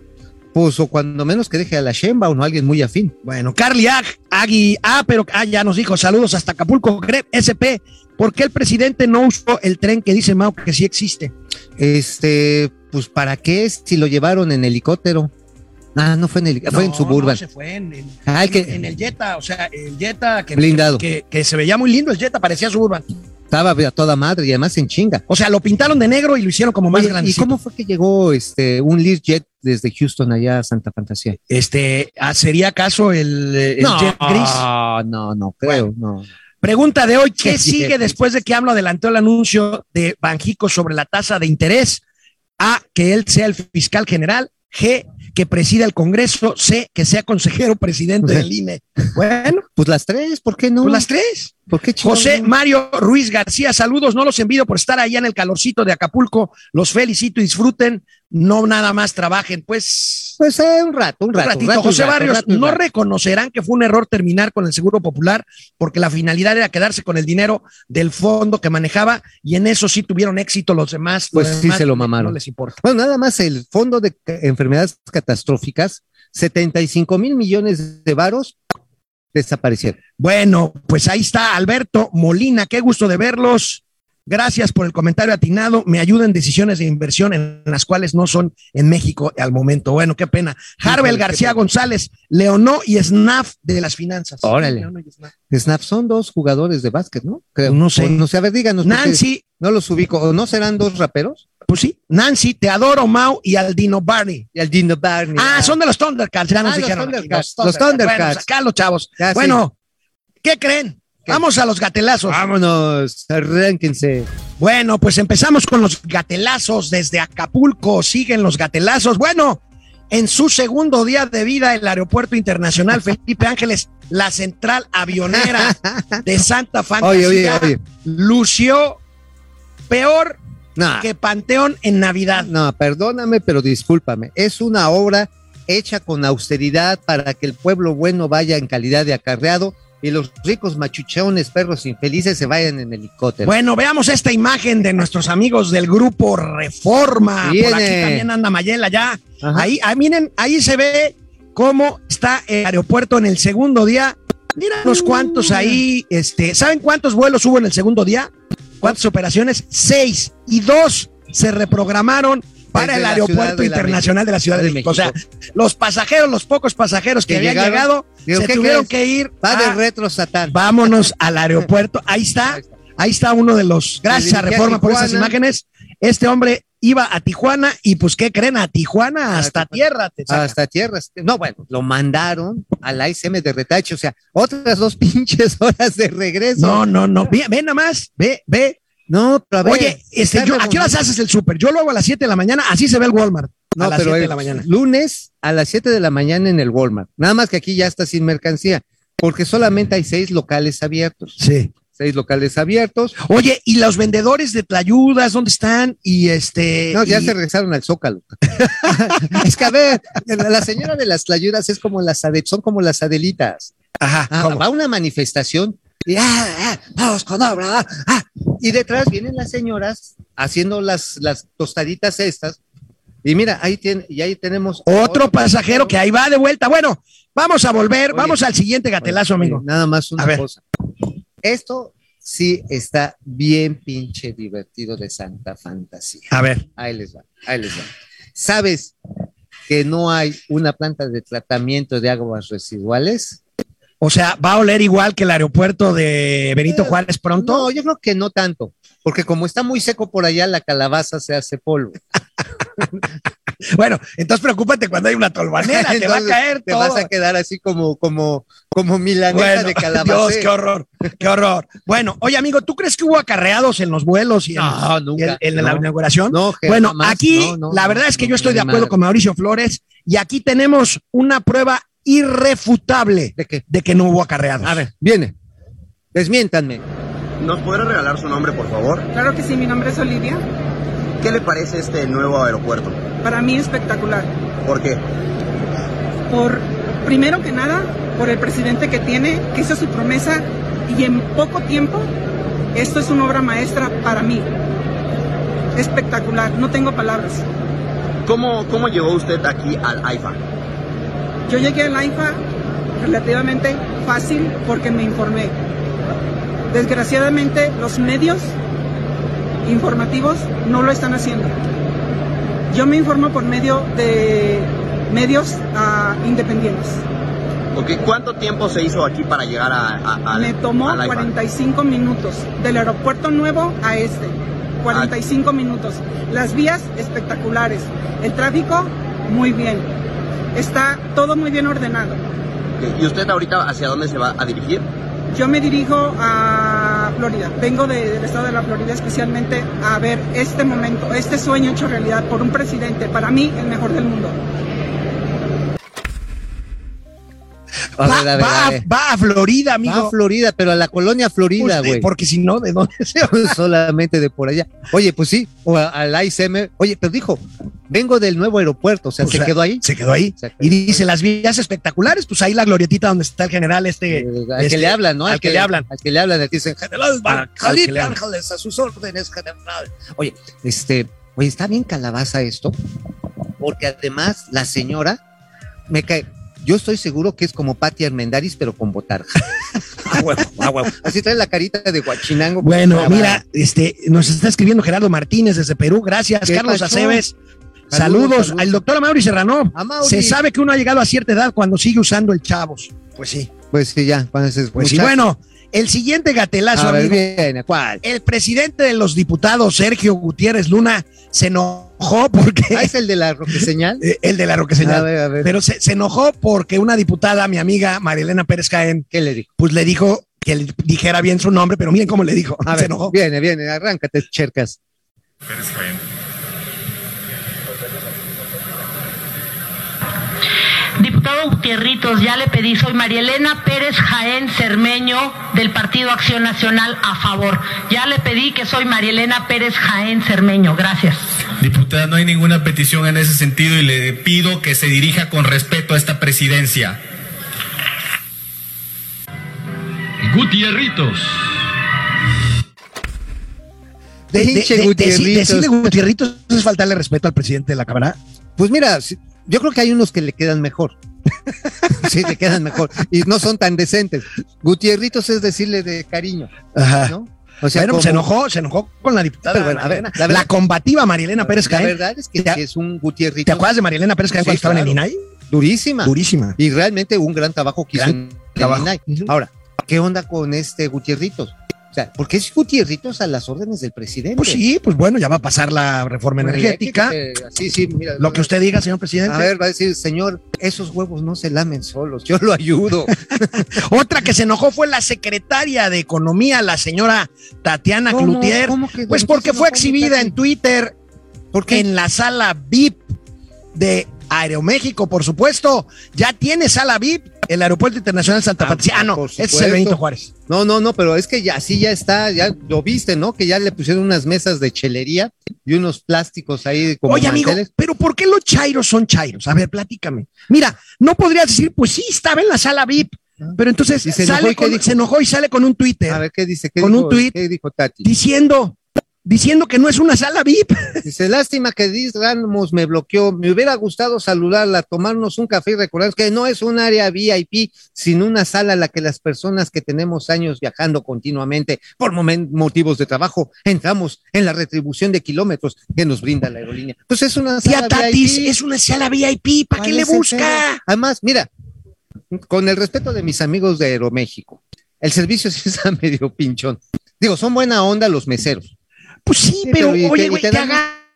Speaker 2: Pues o cuando menos que deje a la Sheinbaum o alguien muy afín.
Speaker 1: Bueno, Carly Ag, Agui, ah, pero ah, ya nos dijo, saludos hasta Acapulco, Grep, SP. ¿Por qué el presidente no usó el tren que dice Mao que sí existe?
Speaker 2: Este, pues ¿para qué si lo llevaron en helicóptero? Ah, no fue en helicóptero, fue en
Speaker 1: No,
Speaker 2: Suburban.
Speaker 1: no, se fue en, en-
Speaker 2: Ah, el que
Speaker 1: en el Jetta, o sea, el Jetta que,
Speaker 2: Blindado.
Speaker 1: que, que se veía muy lindo, el Jetta parecía Suburban.
Speaker 2: estaba a toda madre y además en chinga.
Speaker 1: O sea, lo pintaron de negro y lo hicieron como más
Speaker 2: Oye,
Speaker 1: grande.
Speaker 2: ¿Y cómo fue que llegó este un Learjet desde Houston allá a Santa Fantasía?
Speaker 1: Este, ah, ¿sería acaso el, el Jet gris?
Speaker 2: no, no creo, no.
Speaker 1: Pregunta de hoy, ¿qué
Speaker 2: Sí,
Speaker 1: sigue
Speaker 2: sí.
Speaker 1: después de que AMLO adelantó el anuncio de Banjico sobre la tasa de interés? A, que él sea el fiscal general. G, que presida el Congreso. C, que sea consejero presidente del INE. Bueno,
Speaker 2: Pues las tres, ¿por qué no?
Speaker 1: pues las tres.
Speaker 2: ¿Por qué chingado
Speaker 1: José
Speaker 2: no?
Speaker 1: Mario Ruiz García, saludos. No los envidio por estar allá en el calorcito de Acapulco. Los felicito y disfruten. No nada más trabajen. Pues
Speaker 2: Pues eh, un rato, un
Speaker 1: un
Speaker 2: rato.
Speaker 1: ratito,
Speaker 2: un rato,
Speaker 1: José
Speaker 2: un rato,
Speaker 1: Barrios,
Speaker 2: un rato, un
Speaker 1: no
Speaker 2: rato.
Speaker 1: reconocerán que fue un error terminar con el Seguro Popular porque la finalidad era quedarse con el dinero del fondo que manejaba y en eso sí tuvieron éxito los demás. los
Speaker 2: Pues sí
Speaker 1: demás
Speaker 2: se lo
Speaker 1: no-
Speaker 2: mamaron.
Speaker 1: No les importa.
Speaker 2: Bueno, nada más el Fondo de Ca- Enfermedades Catastróficas, 75 mil millones de varos desaparecieron.
Speaker 1: Bueno, pues ahí está Alberto Molina, qué gusto de verlos. Gracias por el comentario atinado. Me ayudan decisiones de inversión en las cuales no son en México al momento. Bueno, qué pena.
Speaker 2: Híjole,
Speaker 1: Harvel
Speaker 2: qué
Speaker 1: García
Speaker 2: pena.
Speaker 1: González, Leonó y Snaf de las finanzas.
Speaker 2: Órale.
Speaker 1: Leonó y Snaf.
Speaker 2: Snap son dos jugadores de básquet, ¿no? Creo.
Speaker 1: No sé.
Speaker 2: O No sé, a ver, díganos. porque
Speaker 1: Nancy,
Speaker 2: No los ubico. ¿O no serán dos raperos?
Speaker 1: pues sí, Nancy, te adoro, Mau y Aldino Barney.
Speaker 2: Y al Dino Barney.
Speaker 1: Ah, son de los Thundercats, ya nos
Speaker 2: Ah, los
Speaker 1: dijeron. aquí,
Speaker 2: Thundercats, pues los Thundercats.
Speaker 1: Bueno, sacalo, chavos.
Speaker 2: Ya, sí.
Speaker 1: bueno, ¿qué creen?
Speaker 2: ¿Qué?
Speaker 1: Vamos a los gatelazos.
Speaker 2: Vámonos, arránquense.
Speaker 1: Bueno, pues empezamos con los gatelazos desde Acapulco. Siguen los gatelazos. Bueno, en su segundo día de vida, el Aeropuerto Internacional Felipe Ángeles, la central avionera de Santa
Speaker 2: Oye,
Speaker 1: Fantasía,
Speaker 2: oye, oye.
Speaker 1: lució peor
Speaker 2: No,
Speaker 1: que Panteón en Navidad.
Speaker 2: no, perdóname, pero discúlpame. Es una obra hecha con austeridad para que el pueblo bueno vaya en calidad de acarreado y los ricos machuchones, perros infelices se vayan en helicóptero.
Speaker 1: Bueno, veamos esta imagen de nuestros amigos del grupo Reforma. Por aquí
Speaker 2: Viene.
Speaker 1: también anda Mayela ya.
Speaker 2: Ajá.
Speaker 1: Ahí, ah, miren, ahí se ve cómo está el aeropuerto en el segundo día. Miren unos cuantos ahí, este, ¿saben cuántos vuelos hubo en el segundo día? ¿Cuántas operaciones? Seis y dos se reprogramaron para
Speaker 2: Desde
Speaker 1: el
Speaker 2: la Ciudad
Speaker 1: aeropuerto
Speaker 2: de la
Speaker 1: internacional de la Ciudad de,
Speaker 2: de
Speaker 1: México.
Speaker 2: México.
Speaker 1: O sea, los pasajeros, los pocos pasajeros que,
Speaker 2: Que
Speaker 1: habían
Speaker 2: llegaron,
Speaker 1: llegado,
Speaker 2: digo,
Speaker 1: se
Speaker 2: ¿qué
Speaker 1: tuvieron
Speaker 2: crees?
Speaker 1: que ir.
Speaker 2: Va de
Speaker 1: a-
Speaker 2: retro Satán.
Speaker 1: vámonos al aeropuerto. Ahí está,
Speaker 2: Ahí está.
Speaker 1: ahí está uno de los. Gracias a
Speaker 2: dirigí a
Speaker 1: Reforma por esas
Speaker 2: Tijuana.
Speaker 1: imágenes. Este hombre iba a Tijuana y pues qué creen a Tijuana hasta
Speaker 2: Tijuana.
Speaker 1: tierra. te saca.
Speaker 2: Hasta tierras. No, bueno, lo mandaron a la ICM de retache, o sea, otras dos pinches horas de regreso.
Speaker 1: No, no, no. Ve, ve nada más, ve, ve.
Speaker 2: no, pero a ver,
Speaker 1: Oye, este,
Speaker 2: está
Speaker 1: yo, ¿a qué horas
Speaker 2: revolviendo.
Speaker 1: haces el súper? Yo lo hago a las 7 de la mañana, así se ve el Walmart.
Speaker 2: No,
Speaker 1: a las
Speaker 2: pero
Speaker 1: 7 de
Speaker 2: es
Speaker 1: la mañana.
Speaker 2: Lunes a las 7 de la mañana en el Walmart. Nada más que aquí ya está sin mercancía, porque solamente hay seis locales abiertos.
Speaker 1: Sí.
Speaker 2: Seis locales abiertos.
Speaker 1: Oye, ¿y los vendedores de tlayudas dónde están? Y este.
Speaker 2: No, ya
Speaker 1: y-
Speaker 2: se regresaron al Zócalo. es que a ver, la la señora de las tlayudas es como las Ade- son como las Adelitas.
Speaker 1: Ajá.
Speaker 2: Ah,
Speaker 1: ¿cómo?
Speaker 2: va a una manifestación y, ah, ah, vamos con obra, ah, ah. y detrás vienen las señoras haciendo las, las tostaditas estas. Y mira, ahí, tiene, y ahí tenemos
Speaker 1: Otro pasajero que ahí va de vuelta. Bueno, vamos a volver,
Speaker 2: Oye.
Speaker 1: vamos al siguiente gatelazo, amigo.
Speaker 2: Nada más
Speaker 1: A
Speaker 2: una
Speaker 1: ver.
Speaker 2: cosa. Esto sí está bien pinche divertido de Santa Fantasía.
Speaker 1: A ver.
Speaker 2: Ahí les va, ahí les va. ¿Sabes que no hay una planta de tratamiento de aguas residuales?
Speaker 1: O sea, ¿va a oler igual que el aeropuerto de
Speaker 2: Eh,
Speaker 1: Benito Juárez pronto?
Speaker 2: No, yo creo que no tanto, porque como está muy seco por allá, la calabaza se hace polvo.
Speaker 1: Bueno, entonces preocúpate cuando hay una tolvanera, te va a
Speaker 2: Entonces,
Speaker 1: caer
Speaker 2: Te
Speaker 1: todo.
Speaker 2: vas a quedar así como, como, como milanesa
Speaker 1: Bueno,
Speaker 2: de calabaza.
Speaker 1: Dios, qué horror, qué horror. Bueno, oye, amigo, ¿tú crees que hubo acarreados en los vuelos y en,
Speaker 2: No,
Speaker 1: y en-
Speaker 2: nunca.
Speaker 1: en la
Speaker 2: no.
Speaker 1: inauguración?
Speaker 2: No, que
Speaker 1: bueno,
Speaker 2: jamás,
Speaker 1: aquí
Speaker 2: no, no,
Speaker 1: la
Speaker 2: no,
Speaker 1: verdad es que
Speaker 2: no,
Speaker 1: yo estoy
Speaker 2: ni
Speaker 1: de acuerdo
Speaker 2: madre.
Speaker 1: con Mauricio Flores y aquí tenemos una prueba irrefutable
Speaker 2: ¿De qué?
Speaker 1: de que no hubo acarreados.
Speaker 2: A ver, viene. Desmiéntanme.
Speaker 4: ¿Nos podrá regalar su nombre, por favor?
Speaker 5: Claro que sí, mi nombre es Olivia.
Speaker 4: ¿Qué le parece este nuevo aeropuerto?
Speaker 5: Para mí espectacular.
Speaker 4: ¿Por qué?
Speaker 5: Por primero que nada, por el presidente que tiene, que hizo su promesa y en poco tiempo esto es una obra maestra para mí. Espectacular, no tengo palabras.
Speaker 4: ¿Cómo, cómo llegó usted aquí al AIFA?
Speaker 5: Yo llegué a la IFA relativamente fácil porque me informé. Desgraciadamente los medios informativos no lo están haciendo. Yo me informo por medio de medios ah, independientes.
Speaker 4: Ok, ¿Cuánto tiempo se hizo aquí para llegar a, a- al-
Speaker 5: Me tomó
Speaker 4: al AIFA?
Speaker 5: 45 minutos del aeropuerto nuevo a este. 45 minutos. Las vías espectaculares. El tráfico muy bien. Está todo muy bien ordenado.
Speaker 4: Ok, ¿Y usted ahorita hacia dónde se va a dirigir?
Speaker 5: Yo me dirijo a Florida. Vengo de- del estado de la Florida especialmente a ver este momento, este sueño hecho realidad por un presidente, para mí el mejor del mundo.
Speaker 2: A
Speaker 1: Va,
Speaker 2: ver, a ver,
Speaker 1: va
Speaker 2: a
Speaker 1: a-
Speaker 2: ver.
Speaker 1: va a Florida, amigo.
Speaker 2: eh. Va a Florida, pero a la colonia Florida,
Speaker 1: Usted,
Speaker 2: güey.
Speaker 1: porque si no, ¿de dónde se
Speaker 2: solamente de por allá. Oye, pues sí, o a- al ICM. Oye, pero dijo, vengo del nuevo aeropuerto, o sea,
Speaker 1: O
Speaker 2: Pues se
Speaker 1: sea,
Speaker 2: quedó ahí.
Speaker 1: Se quedó ahí.
Speaker 2: Se quedó
Speaker 1: Y
Speaker 2: ahí.
Speaker 1: dice las vías espectaculares, pues ahí la glorietita donde está el general
Speaker 2: Eh,
Speaker 1: este.
Speaker 2: al
Speaker 1: este,
Speaker 2: que le hablan, ¿no?
Speaker 1: al que le hablan.
Speaker 2: Al que le hablan, le dicen, general
Speaker 1: Al- al que
Speaker 2: Jalil
Speaker 1: le hablan.
Speaker 2: Ángeles, a sus órdenes, general. Oye, este, oye, está bien calabaza esto, porque además la señora me cae. Yo estoy seguro que es como Patti Armendaris, pero con botarga.
Speaker 1: Ah, huevo, ah, huevo.
Speaker 2: Así trae la carita de guachinango.
Speaker 1: Bueno,
Speaker 2: Ah,
Speaker 1: mira, este, nos está escribiendo Gerardo Martínez desde Perú. Gracias,
Speaker 2: ¿Qué
Speaker 1: Carlos
Speaker 2: pasó?
Speaker 1: Aceves. Saludos,
Speaker 2: Saludos, saludos.
Speaker 1: al doctor Amaury Serrano.
Speaker 2: A Mauri.
Speaker 1: Se sabe que uno ha llegado a cierta edad cuando sigue usando el chavos. Pues sí,
Speaker 2: Pues sí, ya. Pues,
Speaker 1: pues sí. Bueno, el siguiente gatelazo,
Speaker 2: a ver,
Speaker 1: amigo. ¿Eh?
Speaker 2: viene, ¿cuál?
Speaker 1: El presidente de los diputados, Sergio Gutiérrez Luna, se enojó porque
Speaker 2: Ah, es el de la señal.
Speaker 1: eh, el de la
Speaker 2: A
Speaker 1: Roqueseñal.
Speaker 2: ver, a ver.
Speaker 1: Pero se, se enojó porque una diputada, mi amiga Marilena Pérez Caen,
Speaker 2: ¿Qué le dijo?
Speaker 1: pues le dijo que le dijera bien su nombre, pero miren cómo le dijo.
Speaker 2: A
Speaker 1: se
Speaker 2: ver,
Speaker 1: enojó.
Speaker 2: viene, viene, arráncate, Chercas.
Speaker 6: Diputado Gutierritos, ya le pedí, soy María Elena Pérez Jaén Cermeño del Partido Acción Nacional a favor. Ya le pedí que soy María Elena Pérez Jaén Cermeño, gracias.
Speaker 7: Diputada, no hay ninguna petición en ese sentido y le pido que se dirija con respeto a esta presidencia. Gutierritos.
Speaker 1: De, de-
Speaker 2: Pinche
Speaker 1: de-
Speaker 2: Gutierritos.
Speaker 1: deci- decirle Gutierritos es faltarle respeto al presidente de la Cámara.
Speaker 2: Pues mira, sí, yo creo que hay unos que le quedan mejor. sí, le quedan mejor. Y no son tan decentes. Gutierritos es decirle de cariño,
Speaker 1: Ajá.
Speaker 2: ¿no? O sea,
Speaker 1: Ah. Bueno, pues se
Speaker 2: como-
Speaker 1: enojó, se enojó con la diputada.
Speaker 2: Pero bueno, a ver,
Speaker 1: Marilena.
Speaker 2: la
Speaker 1: la,
Speaker 2: verdad-
Speaker 1: combativa Marilena Pérez
Speaker 2: La
Speaker 1: Caen.
Speaker 2: verdad es que
Speaker 1: ¿Te-
Speaker 2: sí es un Gutiérrez
Speaker 1: ¿Te acuerdas de Marilena Pérez Caen
Speaker 2: Sí,
Speaker 1: cuando estaba en el
Speaker 2: claro. Ah,
Speaker 1: INAI?
Speaker 2: durísima.
Speaker 1: Durísima.
Speaker 2: Y realmente un gran trabajo que hizo
Speaker 1: Gran
Speaker 2: en el
Speaker 1: trabajo.
Speaker 2: INAI.
Speaker 1: Ujú.
Speaker 2: Ahora, ¿qué onda con este Gutierritos? O sea, porque es Gutierritos a las órdenes del presidente.
Speaker 1: Pues sí, pues bueno, ya va a pasar la reforma
Speaker 2: Bueno,
Speaker 1: energética.
Speaker 2: hay que- Sí, sí, mira.
Speaker 1: Lo que usted diga, señor presidente.
Speaker 2: A ver, va a decir, señor, esos huevos no se lamen solos, yo lo ayudo.
Speaker 1: Otra que se enojó fue la secretaria de Economía, la señora Tatiana
Speaker 2: ¿Cómo-
Speaker 1: Cloutier.
Speaker 2: cómo que-
Speaker 1: Pues
Speaker 2: entonces
Speaker 1: porque
Speaker 2: no
Speaker 1: fue
Speaker 2: puede
Speaker 1: exhibida
Speaker 2: estar-
Speaker 1: en Twitter
Speaker 2: ¿Por qué?
Speaker 1: en la sala VIP de Aeroméxico, por supuesto. Ya tiene sala VIP el Aeropuerto Internacional Santa
Speaker 2: Ah,
Speaker 1: Patricia. Ah, no,
Speaker 2: por
Speaker 1: ese es el
Speaker 2: supuesto.
Speaker 1: Benito Juárez.
Speaker 2: No, no, no, pero es que ya así ya está, ya lo viste, ¿no? Que ya le pusieron unas mesas de chelería y unos plásticos ahí como
Speaker 1: Oye, amigo,
Speaker 2: manteles.
Speaker 1: pero ¿por qué los chairos son chairos? A ver, platícame. Mira, no podrías decir, pues sí, estaba en la sala VIP, pero entonces
Speaker 2: Ah. ¿Y se enojó
Speaker 1: sale
Speaker 2: y qué
Speaker 1: con-
Speaker 2: dijo?
Speaker 1: se enojó y sale con un Twitter
Speaker 2: A ver qué dice, ¿Qué
Speaker 1: Con
Speaker 2: dijo-
Speaker 1: un tuit.
Speaker 2: ¿Qué dijo Tati?
Speaker 1: diciendo, diciendo que no es una sala VIP.
Speaker 2: Dice, lástima que Diz Ramos me bloqueó. Me hubiera gustado saludarla, tomarnos un café y recordar que no es un área VIP, sino una sala a la que las personas que tenemos años viajando continuamente por momen- motivos de trabajo entramos en la retribución de kilómetros que nos brinda la aerolínea. Pues es una sala
Speaker 1: Tía Tatis,
Speaker 2: VIP.
Speaker 1: es una sala VIP, ¿para qué
Speaker 2: ¿Cuál
Speaker 1: le
Speaker 2: es el
Speaker 1: busca?
Speaker 2: tema? Además, mira, con el respeto de mis amigos de Aeroméxico, el servicio sí está medio pinchón. Digo, son buena onda los meseros.
Speaker 1: Pues sí,
Speaker 2: Sí,
Speaker 1: pero
Speaker 2: pero ¿y qué-
Speaker 1: oye,
Speaker 2: y
Speaker 1: güey, te
Speaker 2: te dan-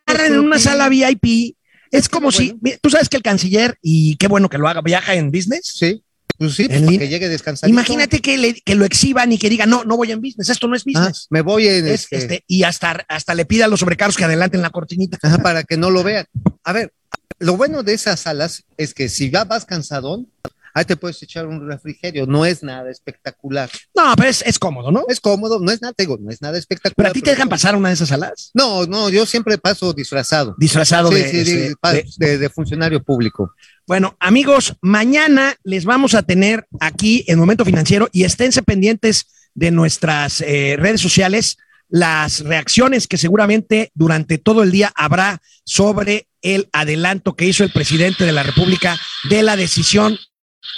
Speaker 1: agarran en una sala VIP. Es como si,
Speaker 2: bueno.
Speaker 1: mira, tú sabes que el canciller, y qué bueno que lo haga, viaja en business.
Speaker 2: Sí, pues sí, pues
Speaker 1: En
Speaker 2: para
Speaker 1: línea.
Speaker 2: que llegue descansado.
Speaker 1: Imagínate que, le- que lo exhiban y que diga, no, no voy en business, esto
Speaker 2: Ah,
Speaker 1: no es business.
Speaker 2: me voy en
Speaker 1: Es,
Speaker 2: este,
Speaker 1: este, y hasta, hasta le pida a los sobrecargos que adelanten la cortinita.
Speaker 2: ajá, para que no lo vean. A ver, lo bueno de esas salas es que si ya vas cansadón, ahí te puedes echar un refrigerio. No es nada espectacular.
Speaker 1: No, pero es, es cómodo, ¿no?
Speaker 2: Es cómodo, no es nada, te digo, no es nada
Speaker 1: Pero
Speaker 2: espectacular.
Speaker 1: a ti te dejan pasar a una de esas salas
Speaker 2: No, no, yo siempre paso disfrazado.
Speaker 1: disfrazado
Speaker 2: Sí,
Speaker 1: de,
Speaker 2: sí,
Speaker 1: este,
Speaker 2: de- pa-
Speaker 1: de-
Speaker 2: de- de funcionario público.
Speaker 1: Bueno, amigos, mañana les vamos a tener aquí en Momento Financiero y esténse pendientes de nuestras eh, redes sociales las reacciones que seguramente durante todo el día habrá sobre el adelanto que hizo el presidente de la República de la decisión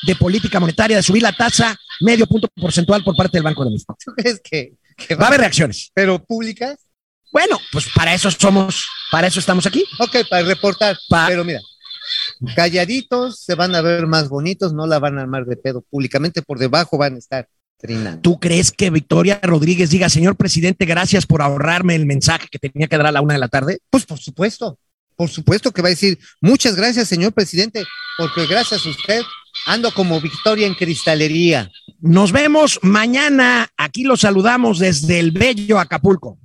Speaker 1: de política monetaria de subir la tasa medio punto porcentual por parte del Banco de México.
Speaker 2: ¿Tú crees que, que
Speaker 1: Va a
Speaker 2: va?
Speaker 1: haber reacciones.
Speaker 2: ¿Pero públicas?
Speaker 1: Bueno, pues para eso somos, para eso estamos aquí.
Speaker 2: Ok, para reportar.
Speaker 1: Pa-
Speaker 2: Pero mira, calladitos, se van a ver más bonitos, no la van a armar de pedo públicamente, por debajo van a estar trinando.
Speaker 1: ¿Tú crees que Victoria Rodríguez diga, señor presidente, gracias por ahorrarme el mensaje que tenía que dar a la una de la tarde?
Speaker 2: Pues por supuesto, por supuesto que va a decir, muchas gracias, señor presidente, porque gracias a usted ando como victoria en cristalería.
Speaker 1: Nos vemos mañana. Aquí los saludamos desde el bello Acapulco.